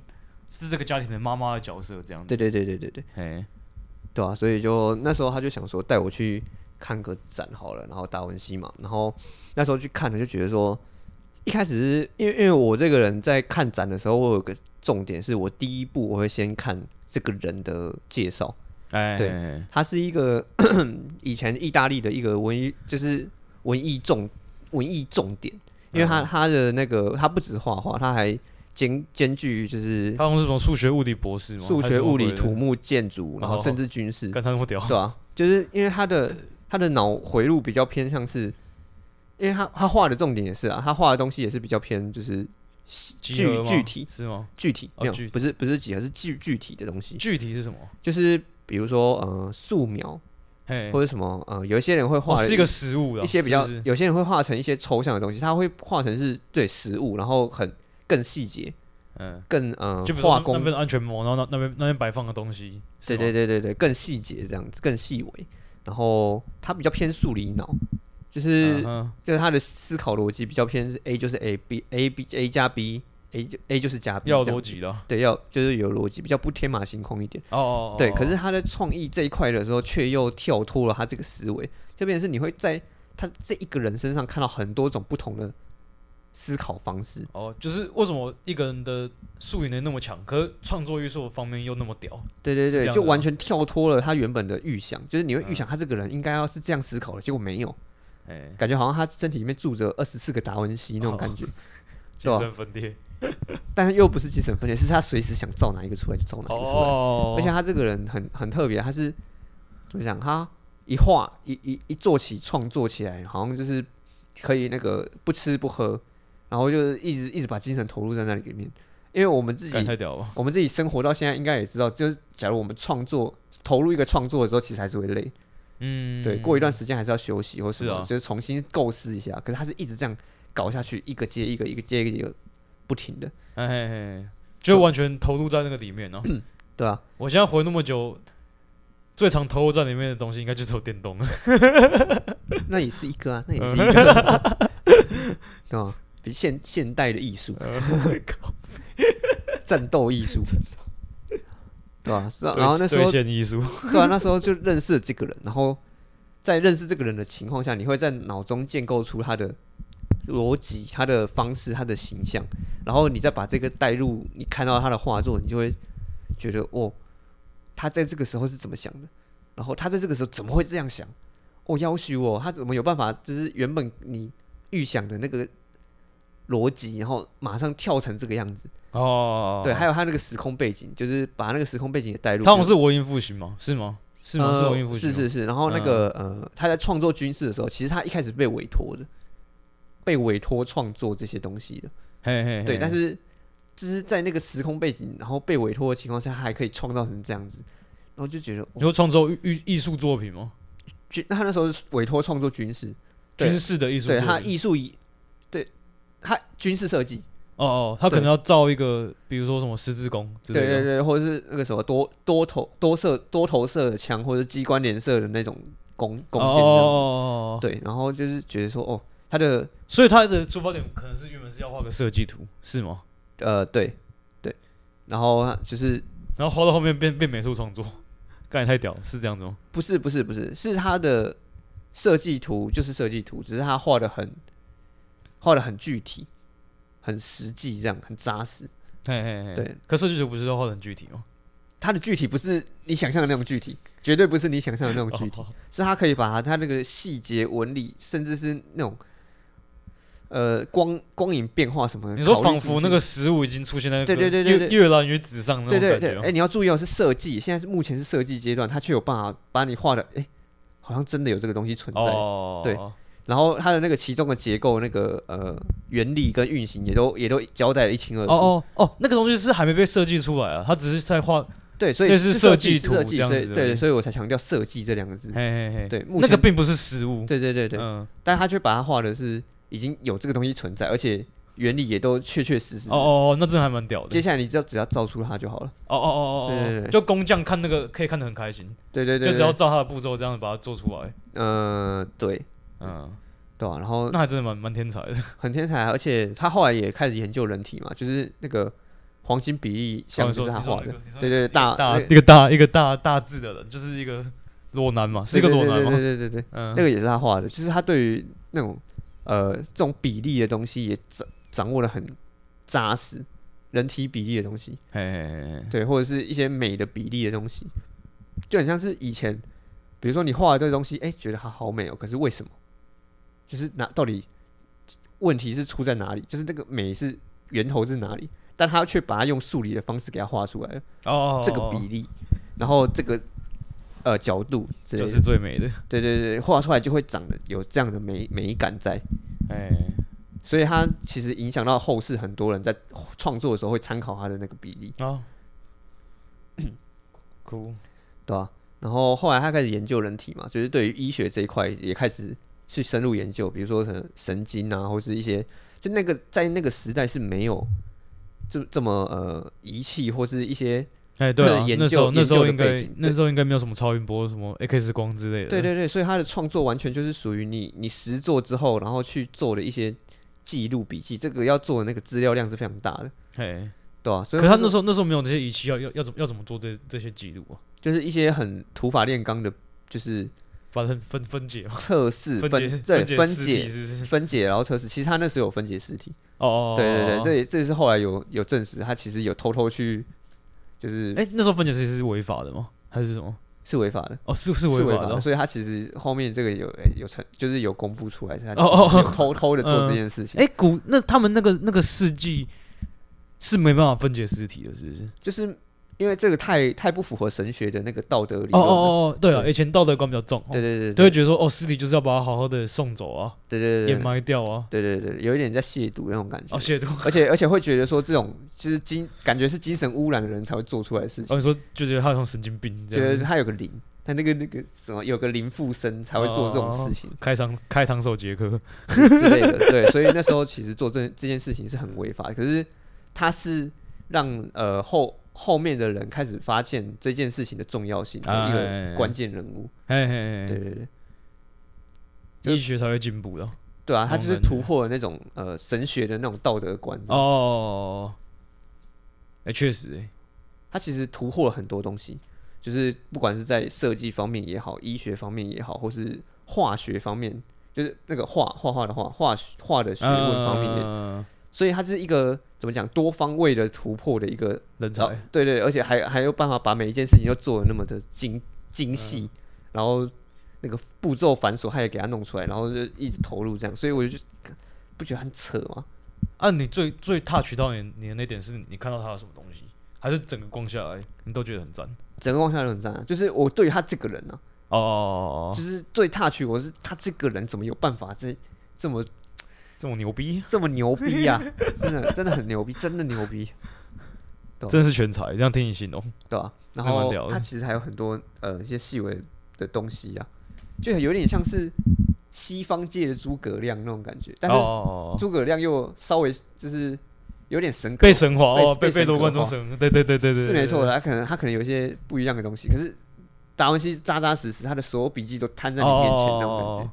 是这个家庭的妈妈的角色这样子，
对对对对对对。
嘿，
对啊，所以就那时候他就想说带我去看个展好了，然后达文西嘛，然后那时候去看了就觉得说，一开始是因为因为我这个人在看展的时候，我有个重点是我第一步我会先看这个人的介绍，
哎，
对
嘿，嘿嘿
他是一个以前意大利的一个文艺，就是文艺重文艺重点，因为他、
嗯
他的那个他不止画画，他还兼兼具就是
她好像是什么数学物理博士吗？
数
还是
学、
什么
物理、
鬼的哦
土木、建筑，然后甚至军事，
干他那么屌，
对啊，就是因为他的他的脑回路比较偏向是，因为他他画的重点也是啊，他画的东西也是比较偏就是
集
具
合吗
具体
是吗？
具体，
哦
没有、
具体
不是不是几何，是具具体的东西，
具体是什么？
就是比如说呃素描
嘿，
或者什么呃，有一些人会
哎哦
画
是一个实物啦，
一些比较，
是不是
有些人会画成一些抽象的东西，他会画成是对实物，然后很更细节，
嗯，
更呃
就比如说
画
那那
工
边，的安全膜，然后那那边那边摆放的东西，
对
是吗
对对对对，更细节这样子，更细微，然后他比较偏数理脑。就是
嗯哼
就是他的思考逻辑比较偏是 A 就是 A，B，A B A 加 B，A 就 A 就是加 B，
要有
这样
逻辑的，哦
对，要就是有逻辑，比较不天马行空一点。
哦哦，哦
对，可是他在创意这一块的时候，却又跳脱了他这个思维，就变成是你会在他这一个人身上看到很多种不同的思考方式。
哦，就是为什么一个人的素养能力那么强，可是创作艺术方面又那么屌？
对对
是这
对，
样
就
的
完
吗
全跳脱了他原本的预想，就是你会预
嗯
想他这个人应该要是这样思考的，结果没有，
哎，
感觉好像他身体里面住着二十四个达文西那种
哦
感觉。
精
对啊
神分裂
但是又不是精神分裂，是他随时想造哪一个出来就造哪一个出来。
哦，
而且他这个人很很特别，他是怎么讲？他一画一一一做起创作起来，好像就是可以那个不吃不喝，然后就是一直一直把精神投入在那里面。因为我们自
干
己
太屌了，
我们自己生活到现在，应该也知道，就是假如我们创作投入一个创作的时候，其实还是会累。
嗯，
对，过一段时间还是要休息或什么，
是啊
就是重新构思一下。可是他是一直这样搞下去，一个接一个，一个接一个，一个不停的，
哎嘿嘿，就完全投入在那个
*clears throat*
里面哦。
对啊。
我现在活那么久，最常投入在里面的东西应该就是有电动了。
啊 *laughs* 那也是一
*laughs*
个啊，那也是一个、啊，对吧？比现现
*laughs* 哦
*laughs* 代的艺术，战斗艺术，对吧、是啊然后那时
对
候
线艺术，
对啊，那时候就认识了这个人，然后在认识这个人的情况下，你会在脑中建构出他的逻辑、他的方式、他的形象，然后你再把这个带入你看到他的画作，你就会觉得哦，他在这个时候是怎么想的，然后他在这个时候怎么会这样想？哦，要许我，他怎么有办法？就是原本你预想的那个逻辑，然后马上跳成这个样子。
哦，
对，还有他那个时空背景，就是把那个时空背景也带入。
他好
比如
像是文艺复兴吗？是吗？是吗？
呃
是文艺复兴
是
吗，嗯
是是。然后那个、呃，他在创作军事的时候，其实他一开始被委托的，被委托创作这些东西的。
嘿嘿，嘿
对，但是就是在那个时空背景，然后被委托的情况下，他还可以创造成这样子，然后就觉得，哦
你说创作艺艺艺术作品吗？
军那他那时候是委托创作军事，对
军事的艺术作
对
品，
他艺术以，对他军事设计，
哦哦，他可
对
能要造一个，比如说什么十字弓之类
对
的，
对对，或者是那个什么多多头多射多头射的枪，或者是机关连射的那种弓弓
哦
箭
哦
这
哦
样子
哦哦，
对，然后就是觉得说，哦，他的
所以他的出发点可能是原本是要画个设计图，是吗？
呃，对对，然后他就是
然后画到后面变变美术创作，干也太屌了，是这样子吗？
不是不是不是，是他的设计图就是设计图，只是他画的很画的很具体，很实际，这样很扎实。
嘿嘿嘿，
对。
可设计图不是要画得很具体吗？
他的具体不是你想象的那种具体，绝对不是你想象的那种具体，
哦
*laughs* 是他可以把他他那个细节、纹理，甚至是那种呃光光影变化什么的，
你说
考虑
仿
进
佛
去
那个食物已经出现在那个
对对对对
阅
对
阅览于纸上那
对
种
对
感
对
觉，
哎、
吗，
你要注意哦，是设计，现在是目前是设计阶段，他却有办法把你画的，哎、好像真的有这个东西存在。
哦，
对然后它的那个其中的结构、那个呃原理跟运行也都也都交代的一清二楚。
哦哦哦，那个东西是还没被设计出来啊，它只是在画，
对，所
类
以
似
是
设计
计
图
是设计
这样
所
子
以
而
对，
已
所以我才强调设计这两个字
嘿。嘿嘿，
对，目
那
前
个并不是实物，
对对对对，
嗯，
但他却把它画的是已经有这个东西存在，而且原理也都确确实实。
哦哦哦，那真的还蛮屌的
接，下来你只要只要造出它就好了。
哦哦哦哦
对对
哦，
对
就工匠看那个可以看得很开心，
对对对
就
对，
只要照他的步骤这样把它做出来，
呃对
嗯，
对啊，然后
那还真的蛮蛮天才的，
很天才啊，而且他后来也开始研究人体嘛，就是那个黄金比例像就是他画的，对对对大
大
啊那
一个大一个大大致的人，就是一个裸男嘛，是一个裸男
对对
嘛，
对对对对，
嗯
那，个也是他画的，就是他对于那种呃这种比例的东西也掌掌握的很扎实，人体比例的东西，
嘿嘿嘿嘿，
对，或者是一些美的比例的东西，就很像是以前，比如说你画的这个东西，哎、觉得它好美哦、可是为什么？就是哪到底问题是出在哪里？就是那个美是源头是哪里？但他却把它用数理的方式给它画出来了，
哦哦，哦
这个比例，然后这个呃角度之类
就
的，
是最美的，
对对对，画出来就会长得有这样的美美感在，
哎，
所以它其实影响到后世很多人在创作的时候会参考他的那个比例。 *coughs*
啊，酷，
对啊？然后后来他开始研究人体嘛，就是对于医学这一块也开始去深入研究，比如说可能神经啊，或是一些就那个在那个时代是没有这这么呃仪器或是一些
哎，对啊
对研
那时候
究
那时候
研
应
究的背
该
景
那时候应该没有什么超音波、什么 X 光之类的，
对对对，所以他的创作完全就是属于你你实做之后，然后去做的一些记录笔记，这个要做的那个资料量是非常大的，
嘿，
对啊？所
可
以
是他
那时
那
候
时候那时候没有这些仪器，要要要怎么要怎么做这这些记录啊？
就是一些很土法炼钢的，就是
把它分分解嘛，
测试
*laughs* 分
分
解
对
解
分
尸体
解
是不是？
分解，然后测试。其实他那时候有分解尸体，
哦哦，哦
对对
哦
对，这也这也是后来有有证实，他其实有偷偷去，就是
哎、那时候分解尸体是违法的吗？还是什么？
是违法的，
哦，是是
是
违
违
法
法
的
的，
哦。
所以他其实后面这个有有成，就是有公布出来，他
哦哦
有偷偷的做这件事情，
哎、古那他们那个那个世纪是没办法分解尸体的，是不是？
*laughs* 就是因为这个太太不符合神学的那个道德理
哦
论了，
哦哦哦，对啊，
对
以前道德观比较重，
对对对
就
对
会觉得说哦，尸体就是要把它好好的送走啊，
对对
掩
对对
埋掉啊，
对对对，有一点在亵渎那种感觉
*laughs* 哦，，亵渎。
而且而且会觉得说这种就是精感觉是精神污染的人才会做出来的事情，
哦，你说就觉得他像神经病这
觉
样
得
子，
他有个灵，他那个那个什么有个灵附身才会做这
哦
种事情。
开膛开膛手杰克，
之类的。对，所以那时候其实做这这件事情是很违法的， *laughs* 可是他是让呃后后面的人开始发现这件事情的重要性的一
哎
个关键人物。
嘿嘿
对
嘿
对对，
嘿，医学才会进步的。哦
对啊，他
懂
就是
感觉
突破了那种呃
哦
神学的那种道德观。
哦，哎，确实、欸，
他它其实突破了很多东西，就是不管是在设计方面也好，医学方面也好，或是化学方面，就是那个画画画的画画画的学问方
嗯
面也
面，
所以它是一个怎么讲多方位的突破的一个，
人
然后
才，
对对，而且还还有办法把每一件事情都做的那么的精精细，
嗯
然后那个步骤繁琐，他也给它弄出来，然后就一直投入这样，所以我就不觉得很扯吗？
啊，你最最 touch 到你你的那点是你看到他有什么东西，还是整个逛下来你都觉得很赞？
整个往下都很赞、啊，就是我对于他这个人啊，
哦哦哦哦
就
哦，
是最 touch 我是他这个人怎么有办法这这么
这么牛逼，
这么牛逼呀、真的真的很牛逼，真的牛逼，懂
真的是全才，这样听你形容，
对吧、然
还蛮
后
屌的
它其实还有很多呃一些细微的东西啊，就有点像是西方界的诸葛亮那种感觉，但
哦
是
哦哦哦，
诸葛亮又稍微就是有点神格
被神化哦，
被
被
被神
罗贯中
格化
神，对对对对对，
是
对
没错，
对
的，他可能他可能有一些不一样的东西，可是达文西扎扎实实，他的所有笔记都摊在你面前那种感觉，
哦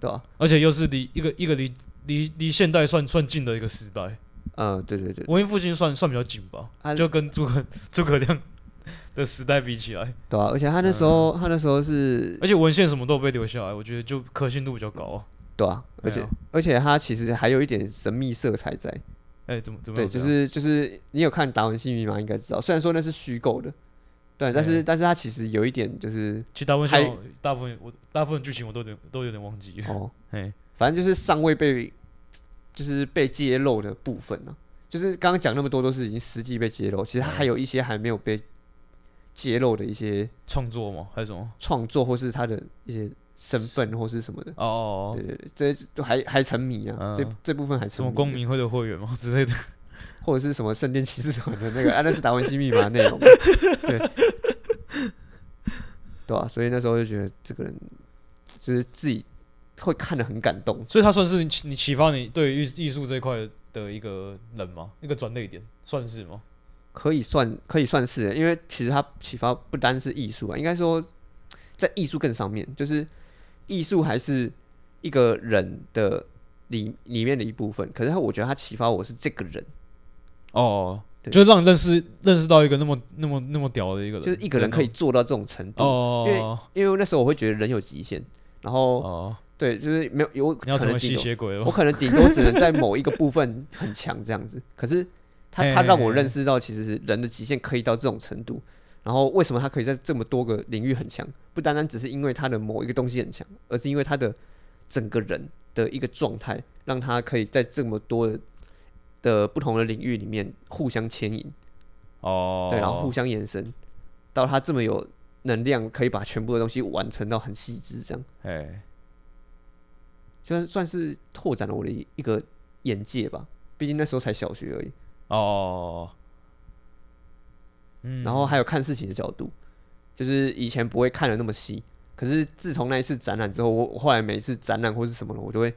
对吧、
而且又是离一个一个离离离现代算算近的一个时代，
嗯，对对对，
文艺复兴算算比较近吧，
啊
就跟诸葛 *laughs* 诸葛亮的时代比起来，
对啊，而且他那时候、他那时候是
嗯而且文献什么都有被留下来，我觉得就可信度比较高啊。
对啊，而且、
对啊
而且他其实还有一点神秘色彩在，
哎、怎么怎么
对，
有这
就
样
是就是你有看《达文西密码》应该知道，虽然说那是虚构的，对，但是、
嗯
但是它其实有一点就是
其实大部分
还
像我大部分我大部分剧情我都有点都有点忘记了。 *laughs*
哦，
哎，
反正就是尚未被就是被揭露的部分呢、就是刚刚讲那么多都是已经实际被揭露，其实它
嗯
还有一些还没有被揭露的一些
创作吗？还是什么？
创作或是他的一些身份或是什么的，
哦哦哦
对，对对，这些都还还沉迷啊，
嗯
这这部分还沉
什
迷啊
么公民会的会员吗 *laughs* 之类的？
或者是什么圣殿骑士团的那个，啊，那是达文西密码内容，啊
*laughs*
对，对啊，所以那时候就觉得这个人就是自己会看得很感动，
所以他算是你启你启发你对于艺艺术这一块的一个人吗？一个转捩点，算是吗？
可以算可以算是，因为其实他启发不单是艺术啊，应该说在艺术更上面，就是艺术还是一个人的里里面的一部分，可是他我觉得他启发我是这个人，
哦，
对
就让你认识认识到一个那么那么那么屌的一个人，
就是一个人可以做到这种程度，
哦，
因
哦
因为那时候我会觉得人有极限，然后。
哦，
对，就是没有有
你要
可
成
能
为
顶
吸
多
血鬼了
我
吗？
可能顶多只能在某一个部分很强这样子。 *laughs* 可是他他
嘿
让我认识到，其实是人的极限可以到这种程度。然后为什么他可以在这么多个领域很强？不单单只是因为他的某一个东西很强，而是因为他的整个人的一个状态，让他可以在这么多的的不同的领域里面互相牵引，
哦，
对，然后互相延伸，到他这么有能量，可以把全部的东西完成到很细致这样。
哎，
就是算是拓展了我的一一个眼界吧。毕竟那时候才小学而已，
哦，嗯，
然后还有看事情的角度，就是以前不会看的那么细。可是自从那一次展览之后，我我后来每一次展览或是什么的，我就会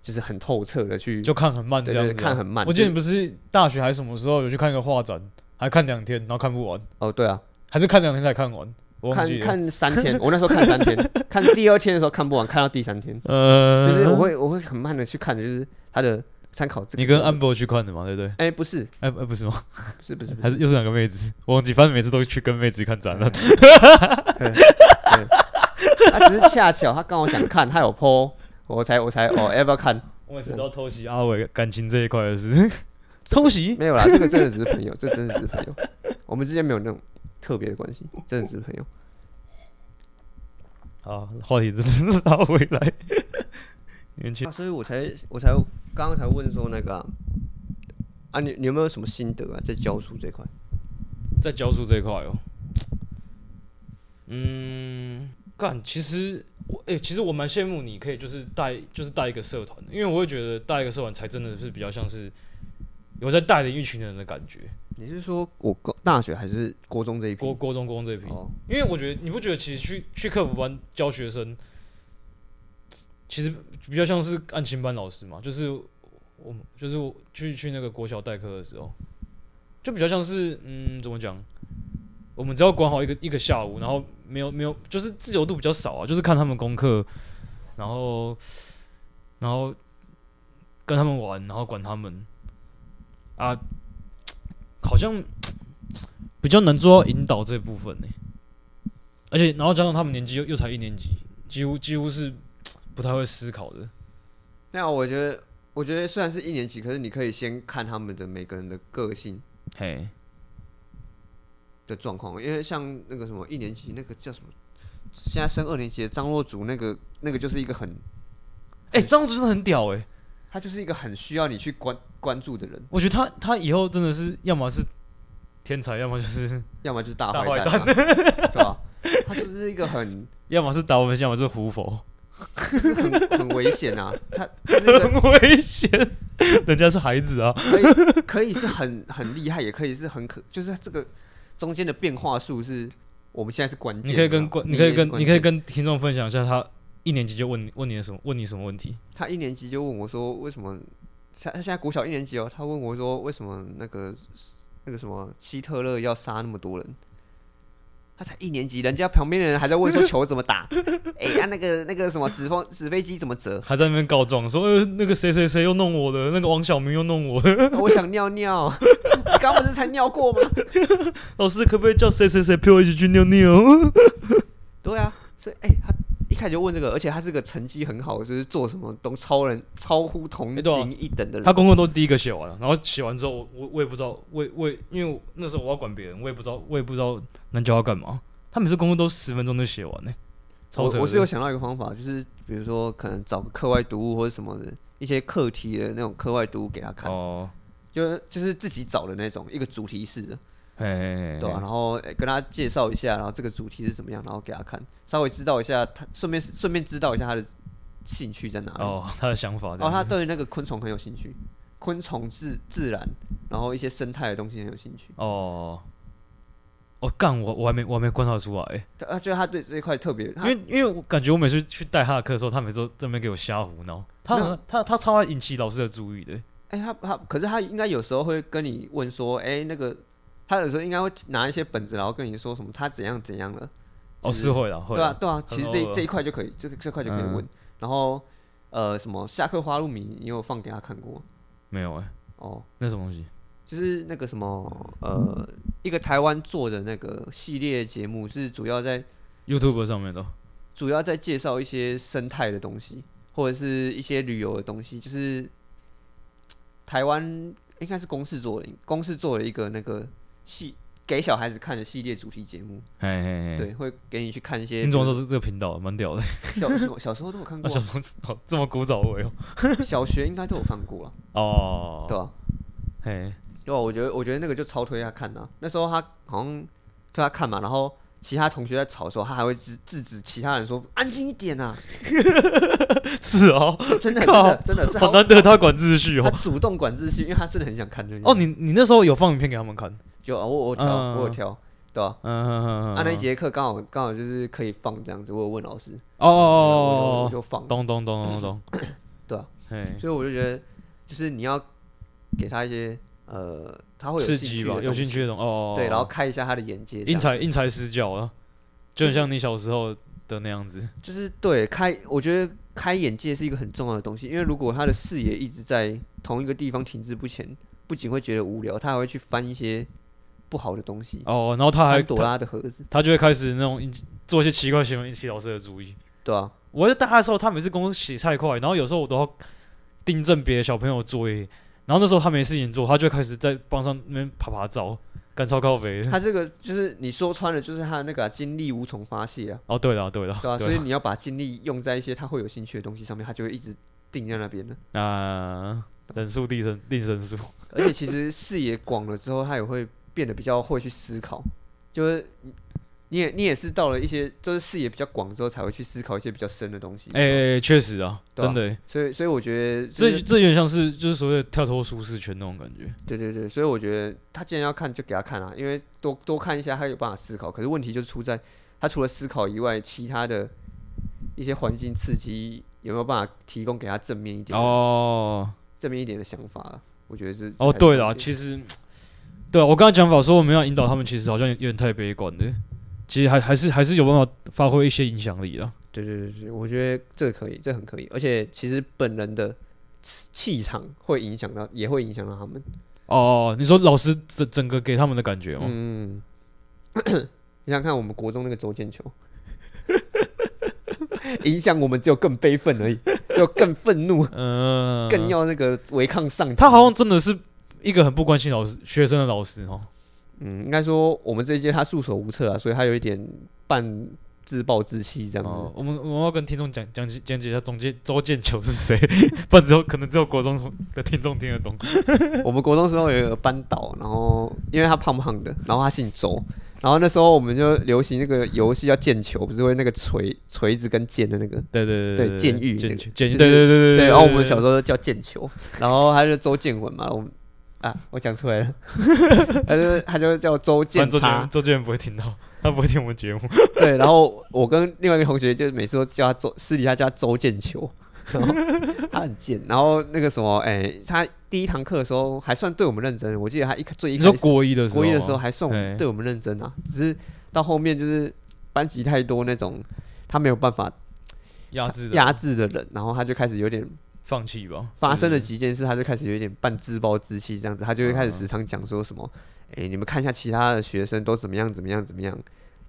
就是很透彻的去
嗯就看很慢这
对
样
对
子
对
啊，
看很慢。
我记得
就
你不是大学还是什么时候有去看一个画展，还看两天，然后看不完，
哦，对啊，
还是看两天才看完，我忘
看
记了。
看三天，我那时候看三
*laughs*
天，看第二天的时候看不完，看到第三天，
呃，
就是我会我会很慢的去看，就是他的参考这个。
*laughs* 你跟安博去看的嘛，对不对？
哎、不是
哎、哎，不是吗？
不是不是不
还
是
是又是两个妹子？我忘记，反正每次都去跟妹子看展览。
*laughs* 他只是恰巧他刚好想看，他有 PO，我才我才哦要不要看？
*laughs* 我每次都偷袭阿伟感情这一块的事， *laughs* 偷袭
没有啦，这个真的只是朋友， *laughs* 这真的只是朋友，我们之间没有那种特别的关系，真的只是朋友。
好，话题真是拉回来。 *laughs* 年轻
啊、所以我才我才刚刚才问说那个啊，啊你你有没有什么心得啊，在教书这块？
在教书这一块哦，嗯，干，其实我诶、其实我蛮羡慕你可以就是带就是带一个社团的，因为我会觉得带一个社团才真的是比较像是有在带领一群人的感觉。
你是说我高大学还是国中这一批
国？国中、国中这一批，
哦，
因为我觉得你不觉得其实去去客服班教学生，其实比较像是安亲班老师嘛，就是我们就是我去去那个国小代课的时候，就比较像是嗯怎么讲，我们只要管好一个一个下午，然后没有没有就是自由度比较少啊，就是看他们功课，然后然后跟他们玩，然后管他们啊，好像比较能做到引导这部分呢、欸而且然后加上他们年纪又又才一年级，几乎几乎是不太会思考的。
没有，我觉得，我觉得虽然是一年级，可是你可以先看他们的每个人的个性
嘿，
的状况，因为像那个什么一年级那个叫什么，现在升二年级的张若竹那个那个就是一个很，
哎、张若真的很屌哎、
他就是一个很需要你去关关注的人，
我觉得他他以后真的是要么是天才，要么就是 *laughs*
要么就是大
大
坏
坏
蛋、啊， *laughs* 对吧、他就是一个很
要么是达文西，要么是胡佛，
就是很很危险啊，他就是一个
*laughs* 很危险。人家是孩子啊，
可以可以是很很厉害，也可以是很可，就是这个中间的变化数是我们现在是关键的啊。
你可以跟关，你可
也
以
是
跟
关
你可以
键
跟听众分享一下，他一年级就问你问你的什么问你什么问题？
他一年级就问我说，为什么他他现在国小一年级哦，他问我说为什么那个那个什么希特勒要杀那么多人？他才一年级，人家旁边的人还在问说球怎么打，哎、呀、那个那个什么纸风纸飞机怎么折？
还在那边告状说，呃，那个谁谁谁又弄我的，那个王小明又弄我的，
我想尿尿，你刚不是才尿过吗？
老师可不可以叫谁谁谁陪我一起去尿尿？
对啊，所以哎、他一开始就问这个，而且他是个成绩很好，就是做什么都超人超乎同
哎对啊
龄一等的人。
他功课都第一个写完了，然后写完之后，我我我也不知道，我我因为我那时候我要管别人，我也不知道我也不知道能教他干嘛。他每次功课都十分钟就写完呢、超扯
我
的
我是有想到一个方法，就是比如说可能找个课外读物或者什么的一些课题的那种课外读物给他看，
哦，
就就是自己找的那种一个主题式的，
嘿嘿嘿嘿
对吧、然后、哎跟他介绍一下，然后这个主题是怎么样，然后给他看，稍微知道一下他，顺便顺便知道一下他的兴趣在哪里。
哦， *laughs* 他的想法这
然后
样子，
他对那个昆虫很有兴趣，昆虫自自然，然后一些生态的东西很有兴趣。
哦，哦，干我我还没我还没观察出来、
他他觉得他对这一块特别，
因
他
为因为我感觉我每次去带他的课的时候，他每次都在那边给我瞎胡闹，他
没有
他他超爱引起老师的注意的、
哎、他他可是他应该有时候会跟你问说，哎、那个他有时候应该会拿一些本子，然后跟你说什么他怎样怎样了，
哦，
就是
是会啦，会
对啊
啦，
对啊，其实
偶
这
尔
这一块就可以，这个这块就可以问。
嗯
然后呃，什么下课花路米，你有放给他看过吗
没有哎、
哦？
那什么东西？
就是那个什么呃，一个台湾做的那个系列节目，是主要在
YouTube 上面的哦，
主要在介绍一些生态的东西，或者是一些旅游的东西，就是台湾应该是公司做的，公司做了一个那个系给小孩子看的系列主题节目，
嘿嘿嘿，
对，会给你去看一些。
嗯你怎么说这这个频道蛮屌的？
小小小时候都有看
*laughs* 那
过
小
啊，
时候哦这么古早味哦，
小学应该都有放过啊，
哦，
对吧、啊
嘿， *laughs*
对啊，我觉得我觉得那个就超推他看的啊、那时候他好像推他看嘛，然后其他同学在吵的时候，他还会制制止其他人说安静一点啊，
是哦，
真的真
靠
的真的是
好难得他管秩序
他
哦。
主动管秩序，因为他真的很想看这个。
哦，你你那时候有放影片给他们看？
就啊我我挑、
嗯
我有挑，对吧、
嗯哼哼哼
啊，那一节课刚好刚好就是可以放这样子，我有问老师，
哦
哦，我
哦哦
就放
哦，，咚咚咚咚咚，
*coughs* 对啊，
嘿，
所以我就觉得就是你要给他一些呃，他会有
刺
兴
激
趣
吧
的，
有
东
兴
西
趣的东西哦，哦
对，然后
哦
开一下他的眼界，这
因
样
材因材施教啊，就
就
很
是
像你小时候的那样子。
就是对开，我觉得开眼界是一个很重要的东西，因为如果他的视野一直在同一个地方停滞不前，不仅会觉得无聊，他还会去翻一些不好的东西，
哦，然后他还
翻朵拉的盒子，
他就会开始那种引起做一些奇怪行为引起老师的注意。
对啊，
我在带他的时候，他每次跟我写太快，然后有时候我都要订正别的小朋友作业，然后那时候他没事情做，他就开始在帮上那边爬爬照，干超靠
*laughs*
北的。
他这个就是你说穿了，就是他的那个啊、精力无从发
*laughs*
泄啊。
哦，对了对了，
对啊，所
对 *laughs*
以
了
你要把精力用在一些他会有兴趣的东西上面，他就会一直定在那边了。
啊，人数定神定
*laughs*
神数，
而且其实视野广了之后，他也会变得比较会去思考，就是你你也你也是到了一些就是视野比较广之后，才会去思考一些比较深的东西。
哎、哎确实啊，
对啊
真的、欸，
所以所以我觉得、就
这
是，
这有点像是就是所谓的跳脱舒适圈那种感觉。
对对对，所以我觉得他既然要看，就给他看啊，因为多多看一下，他有办法思考。可是问题就出在他除了思考以外，其他的一些环境刺激有没有办法提供给他正面一点的
哦
正面一点的想法了。我觉得是
哦，对了，
了，
其实对啊，我刚才讲法说我们要引导他们，其实好像有点太悲观了。其实还还是还是有办法发挥一些影响力的。
对对对对，我觉得这个可以，这很可以，而且其实本人的气气场会影响到，也会影响到他们。
哦哦，你说老师整整个给他们的感觉吗？
嗯， *coughs* 你想想看，我们国中那个周建
*laughs*
球，影响我们只有更悲愤而已，只有更愤怒，
嗯，
更要那个违抗上级。
他好像真的是一个很不关心老师学生的老师哦。
嗯，应该说我们这一届他束手无策啊，所以他有一点半自暴自弃这样子。
哦，我们我们要跟听众讲讲解讲解一下中介周建球是谁， *laughs* 不然只有可能只有国中的听众听得懂。
我们国中时候有一个班导，然后因为他胖胖的，然后他姓周，然后那时候我们就流行那个游戏叫毽球，不是会那个锤锤子跟剑的那个。
对对
对
对，
监狱那
监
个
狱监
就
狱，
是
对对对
对，
对。
然后我们小时
候
候叫毽球， *laughs* 然后他就周建文嘛，我们啊， *laughs* 我讲出来了，他就他就叫周建
周
差
建，周建不会听到，他不会听我们节目。
对，然后我跟另外一个同学就每次都叫他周，私底下叫他周建球， *laughs* 然后他很贱，然后那个什么，哎、他第一堂课的时候还算对我们认真，我记得他一开最一
你
开
说
始
国一的时候，啊
国一的时候，还算我
对
们对我们认真啊，只是到后面就是班级太多那种他没有办法
压制的
压制的人，然后他就开始有点
放弃吧，
发生了
是
几件事，他就开始有点半自暴自弃这样子，他就会开始时常讲说什么，哎、你们看一下其他的学生都怎么样怎么样怎么样，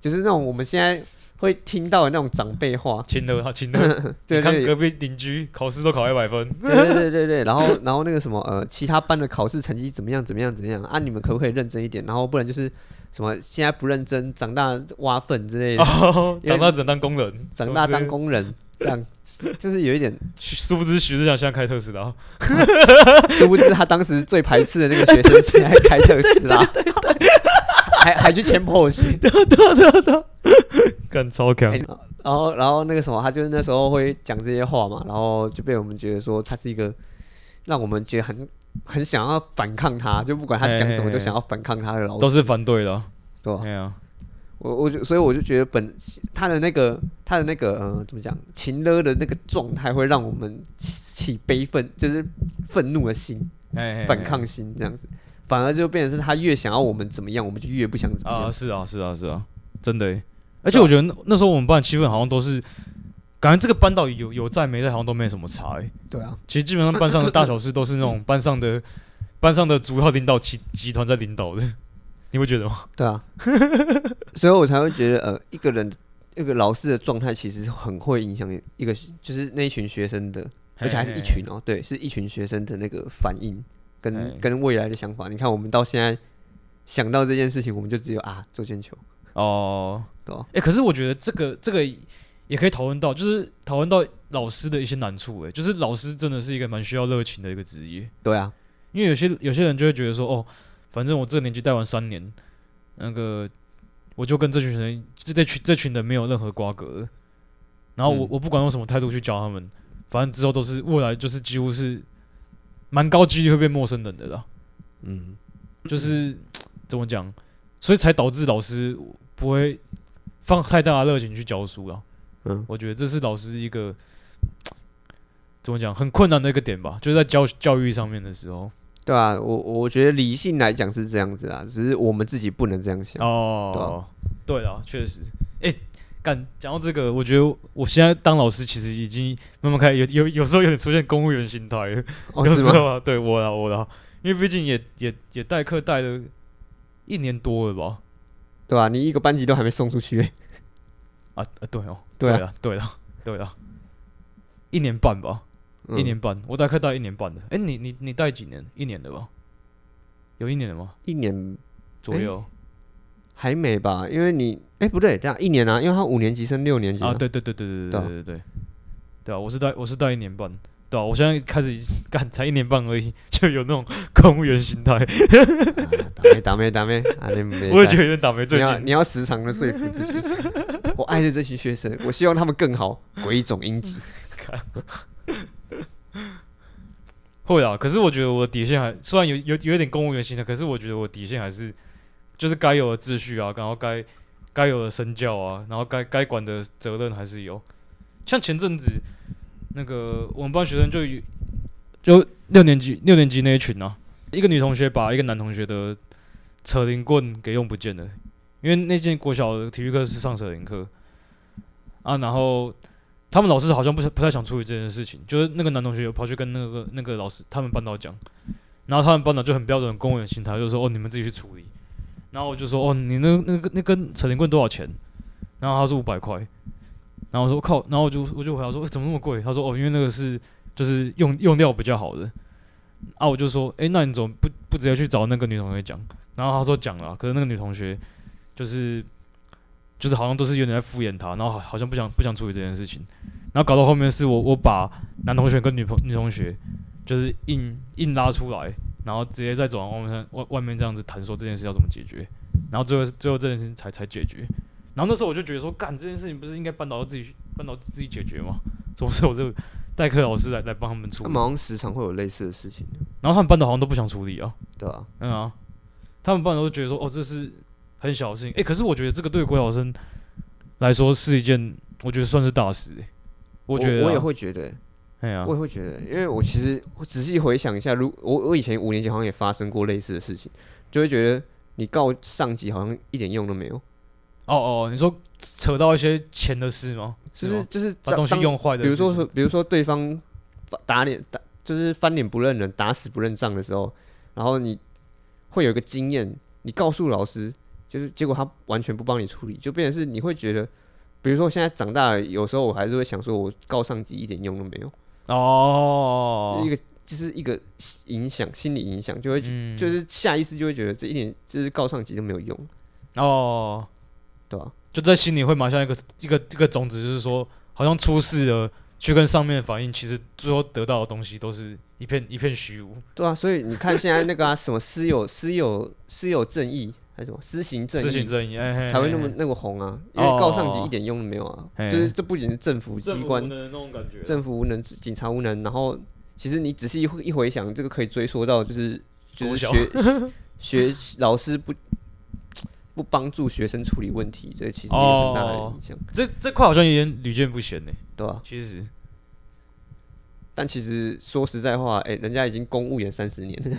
就是那种我们现在会听到的那种长辈话，
亲的他亲的，
*laughs* 对
你看
对
隔壁邻居考试都考一百分，
对对对对对，然后然后那个什么呃，其他班的考试成绩怎么样怎么样怎么样啊，你们可不可以认真一点？然后不然就是什么现在不认真，长大挖粪之类的，
*laughs* 哦，
因为
长大整当工人，
长大当
工，
工人。这样 *laughs* 就是有一点，
*laughs* 殊不知徐志祥现在开特斯
*laughs*
拉，
殊不知他当时最排斥的那个学生，现在开特斯拉，还还去签 Porsche，
干超强
哎， *laughs* 然后，然后那个什么，他就是那时候会讲这些话嘛，然后就被我们觉得说他是一个让我们觉得很很想要反抗他，就不管他讲什
嘿嘿
么
嘿
都想要反抗他的老
都
师，
是反对的啊，
对吧？
哎呀，
我我就所以我就觉得本他的那个他的那个呃怎么讲，情勒的那个状态会让我们起起悲愤，就是愤怒的心、
哎，哎
反抗心这样子，反而就变成是他越想要我们怎么样，我们就越不想怎么
啊，
样。
是啊，是啊，是啊，真的欸，而且我觉得那那时候我们班的气氛好像都是，感觉这个班导有有在没在好像都没什么差欸，
对啊，
其实基本上班上的大小事都是那种班上的班上的主要领导集集团在领导的，你会觉得吗？
对啊， *laughs* 所以我才会觉得，呃，一个人一个老师的状态其实很会影响一个，就是那一群学生的，而且还是一群哦、对，是一群学生的那个反应
嘿
跟跟未来的想法。你看，我们到现在想到这件事情，我们就只有啊，周建球，
哦，
对啊吧？
哎、可是我觉得这个这个也可以讨论到，就是讨论到老师的一些难处、欸。就是老师真的是一个蛮需要热情的一个职业，
对啊，
因为有些有些人就会觉得说，哦，反正我这个年纪带完三年，那个我就跟这群人这这群这群人没有任何瓜葛了，然后我、
嗯
我不管用什么态度去教他们，反正之后都是未来就是几乎是蛮高几率会变陌生人的啦。
嗯，
就是怎么讲，所以才导致老师不会放太大的热情去教书了。
嗯
我觉得这是老师一个怎么讲很困难的一个点吧，就是在教教育上面的时候。
对啊，我我觉得理性来讲是这样子啊，只是我们自己不能这样想。
哦，对啊，确实，哎、干讲到这个，我觉得我现在当老师其实已经慢慢开始有有有时候有点出现公务员心态了。
哦，
有
是
时
吗？
候啊，对我啦我啦，因为毕竟也也也代课带了一年多了吧。
对啊，你一个班级都还没送出去、欸
啊啊，对哦，
对啊
了，对了，对了，一年半吧，一
嗯
年半，我大概带一年半的。哎，你你你带几年？一年的吧？有一年的吗？
一年
左
诶
右
还没吧？因为你哎、不对，这样一年啊，因为他五年级升六年级
啊？对对对对
对
对对
啊
对对对，对啊，我是带我是带一年半，对啊，我现在开始 *laughs* 干才一年半而已，就有那种 *laughs* 公务员心态，
打咩打咩打咩，啊你没啊
我也觉得有点倒霉。最
你要
近
你要时常的说服自己， *laughs* 我爱着这群学生，我希望他们更好，鬼冢英吉。
会啊，可是我觉得我的底线还虽然有有有点公务员心态，可是我觉得我底线还是就是该有的秩序啊，然后该该有的身教啊，然后该该管的责任还是有。像前阵子那个我们班学生就有就六年级六年级那一群啊，一个女同学把一个男同学的扯铃棍给用不见了，因为那间国小的体育课是上扯铃课啊，然后他们老师好像不是不太想处理这件事情，就是那个男同学有跑去跟那个那个老师他们班导讲，然后他们班导就很标准的公务员心态，就说哦你们自己去处理。然后我就说哦，你那那个那根扯铃棍多少钱？然后他说五百块，然后我说靠，然后我就我就回答说、欸怎么那么贵？他说哦，因为那个是就是用用料比较好的。啊，我就说，诶，那你怎么不不直接去找那个女同学讲？然后他说讲了啊，可是那个女同学就是就是好像都是有点在敷衍他，然后好好像不想不想处理这件事情，然后搞到后面是我我把男同学跟女朋女同学就是硬硬拉出来，然后直接在走廊外面外外面这样子谈说这件事要怎么解决，然后最后最后这件事情才才解决。然后那时候我就觉得说，干这件事情不是应该半导自己去半导自己解决吗？ *laughs* 怎么是我这个代课老师来来帮他们处
他
理
们？好像时常会有类似的事情，
然后他们班导好像都不想处理啊。
对吧、
嗯啊，他们班人都觉得说，哦，这是很小的事情。欸诶，可是我觉得这个对国小生来说是一件，我觉得算是大事、欸。我觉得啊
我也，会觉得、
哎呀、
我也会觉得，因为我其实我仔细回想一下，如我我以前五年级好像也发生过类似的事情，就会觉得你告上级好像一点用都没有，
哦哦，你说扯到一些钱的事吗？
就是是
吗
就是
啊把东西
当，
用坏的
比如
事情，
说说比如说对方打打脸打就是翻脸不认人，打死不认账的时候，然后你会有一个经验，你告诉老师，就是结果他完全不帮你处理，就变成是你会觉得。比如说，现在长大了，有时候我还是会想说，我告上级一点用都没有，就是
哦
一，个就是一个影响，心理影响，就会
嗯
就是下意识就会觉得这一点就是告上级都没有用，
哦，
对吧、
就在心里会埋下一个一个一个种子，就是说，好像出事了，去跟上面反映，其实最后得到的东西都是一片一片虚无，
对啊，所以你看现在那个啊，什么私有私有私有正义还是什么私行正
事
义
情正义、哎嘿嘿
才会那么
嘿
那么红啊，因
哦
为告上级一点用都没有啊，
嘿
就是这不仅是政府机
政府
关
无能的那种感觉啊，
政府无能，警察无能，然后其实你仔细一回一回想，这个可以追溯到就是就
国
是
小
学 *laughs* 学学老师不不帮助学生处理问题，这其实有很大的
哦
影响，
这这块好像有点屡见不鲜呢、
对吧、
其实，
但其实说实在话，哎、人家已经公务员三十年
*laughs*
了，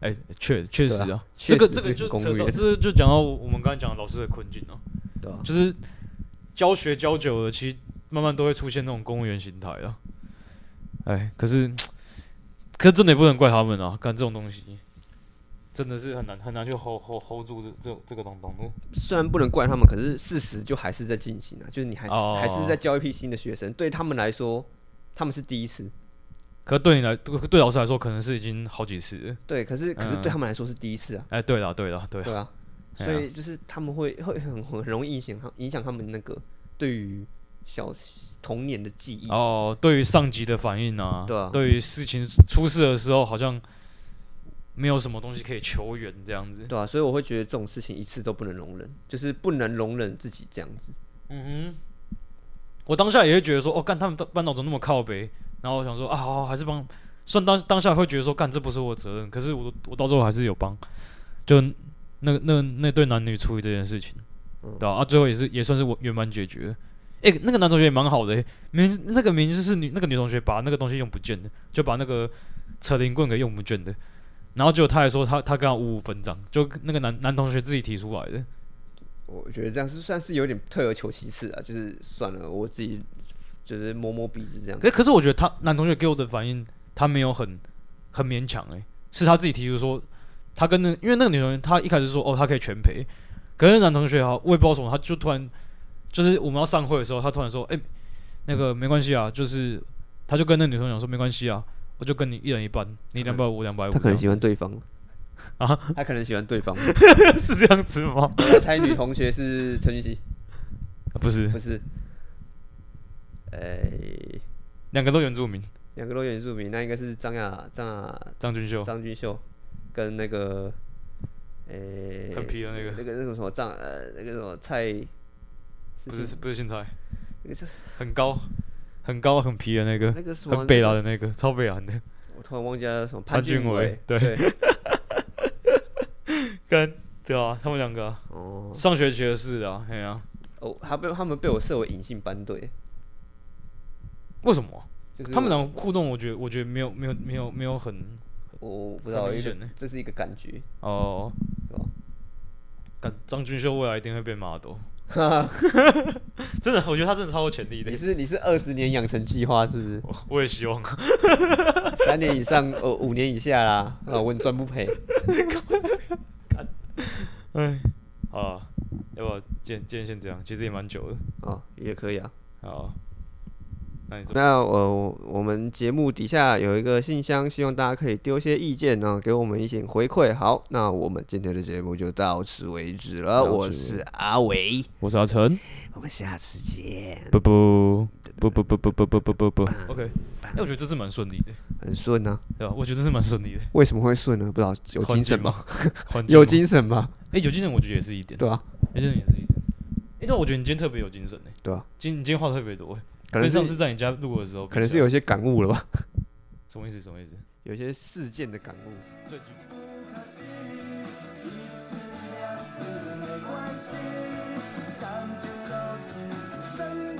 哎、确确实啊，
确
这个
实
这
是
个就
公
扯
务
到，
员
这就讲到我们刚才讲的老师的困境啊，
对吧、
就是教学教久了，其实慢慢都会出现那种公务员心态啊。哎，可是，可是真的也不能怪他们啊，干这种东西，真的是很难很难去 hold hold hold 住这这这个东东的。
虽然不能怪他们，可是事实就还是在进行啊，就是你还是、
哦
还是在教一批新的学生，对他们来说，他们是第一次，
可对你来，对对老师来说，可能是已经好几次了。
对，可是可是
嗯
对他们来说是第一次啊，
哎，对啦，对啦，对啦，
对啊，
哎
所
呀
以就是他们会会很很容易影响他影响他们那个对于小童年的记忆，
哦，对于上级的反应啊，
对啊
于事情出事的时候，好像没有什么东西可以求援这样子。
对啊，所以我会觉得这种事情一次都不能容忍，就是不能容忍自己这样子，
嗯哼，我当下也会觉得说，哦，干他们班班导怎么那么靠北？然后我想说啊，好好还是帮。虽然当当下会觉得说，干这不是我的责任，可是我我到最后还是有帮，就那那那对男女处理这件事情，
嗯
对啊，啊最后也是也算是我圆满解决。诶，那个男同学也蛮好的、欸，明明那个明明就是女那个女同学把那个东西用不见的，就把那个扯铃棍给用不见的，然后结果他还说他他跟他五五分账，就那个男男同学自己提出来的，
我觉得这样是算是有点退而求其次啊，就是算了，我自己就是摸摸鼻子这样。
可可是我觉得他男同学给我的反应，他没有很很勉强诶、是他自己提出说，他跟那因为那个女同学，她一开始说哦，她可以全赔，可是男同学哈，啊我也不知道为什么，他就突然就是我们要散会的时候，他突然说，哎、那个没关系啊，就是他就跟那女同学讲说没关系啊，我就跟你一人一半，你两百五，我两百五，
喜欢对方
啊， *laughs*
他可能喜欢对方。 *laughs*
是这样子吗？
我猜女同学是陈俊熙，
啊不是，
不是？哎，
两个都原住民，
两个都原住民，那应该是张亚张亚
张君秀
张君秀跟那个哎
很皮的那个，
那个那个什么张呃那个什么蔡，
不是不是现在
那个是
很高很高很皮的那个，
那个什么
很北蓝的那个，超北蓝的。
我突然忘记了什么
潘俊
俊
伟对 *laughs*
对
跟对啊，他们两个啊、
哦
上学期的事啊，哎呀、啊，
哦，他被他们被我设为隐性班队，
为什么啊、
就是
他们
我
两个互动？我觉得我觉得没有没有没有没有很
我我不知
很
道
明
一个
显呢欸
这是一个感觉， *laughs*
哦
对啊吧。
干张君秀未来一定会被骂的哦，真的，我觉得他真的超有潜力的
你。是你是二十年养成计划是不是？
我我也希望， *laughs*
三年以上，呃，五年以下啦，啊，稳赚不赔。
哎，好啊，要不要今天今天先这样？其实也蛮久的。
哦，也可以啊。
好啊，那你怎么？
那我我们节目底下有一个信箱，希望大家可以丢一些意见啊呢、给我们一些回馈。好，那我们今天的节目就到此为止了。
到此
我
为
是阿维，
我是阿成，
我们下次见。
不不不不不不不不不不不。OK，哎、我觉得这次蛮顺利的，
很顺啊，
对吧？我觉得这次蛮顺利的。
为什么会顺呢？不知道有
环
精
境
神吧？
吗？环
*laughs*
境
有
吗，
精神吧？
哎、有精神，我觉得也是一
*laughs*
点，
对啊，
有精神也是一点。哎、但我觉得你今天特别有精神欸呢、
对啊，
今你今天话特别多、欸，
可能
跟上
是
次在你家录的时候比起来，
可能是有一些感悟了吧，
什么意思？什么意思？
有一些事件的感悟。
对。就
没关系，感觉都是生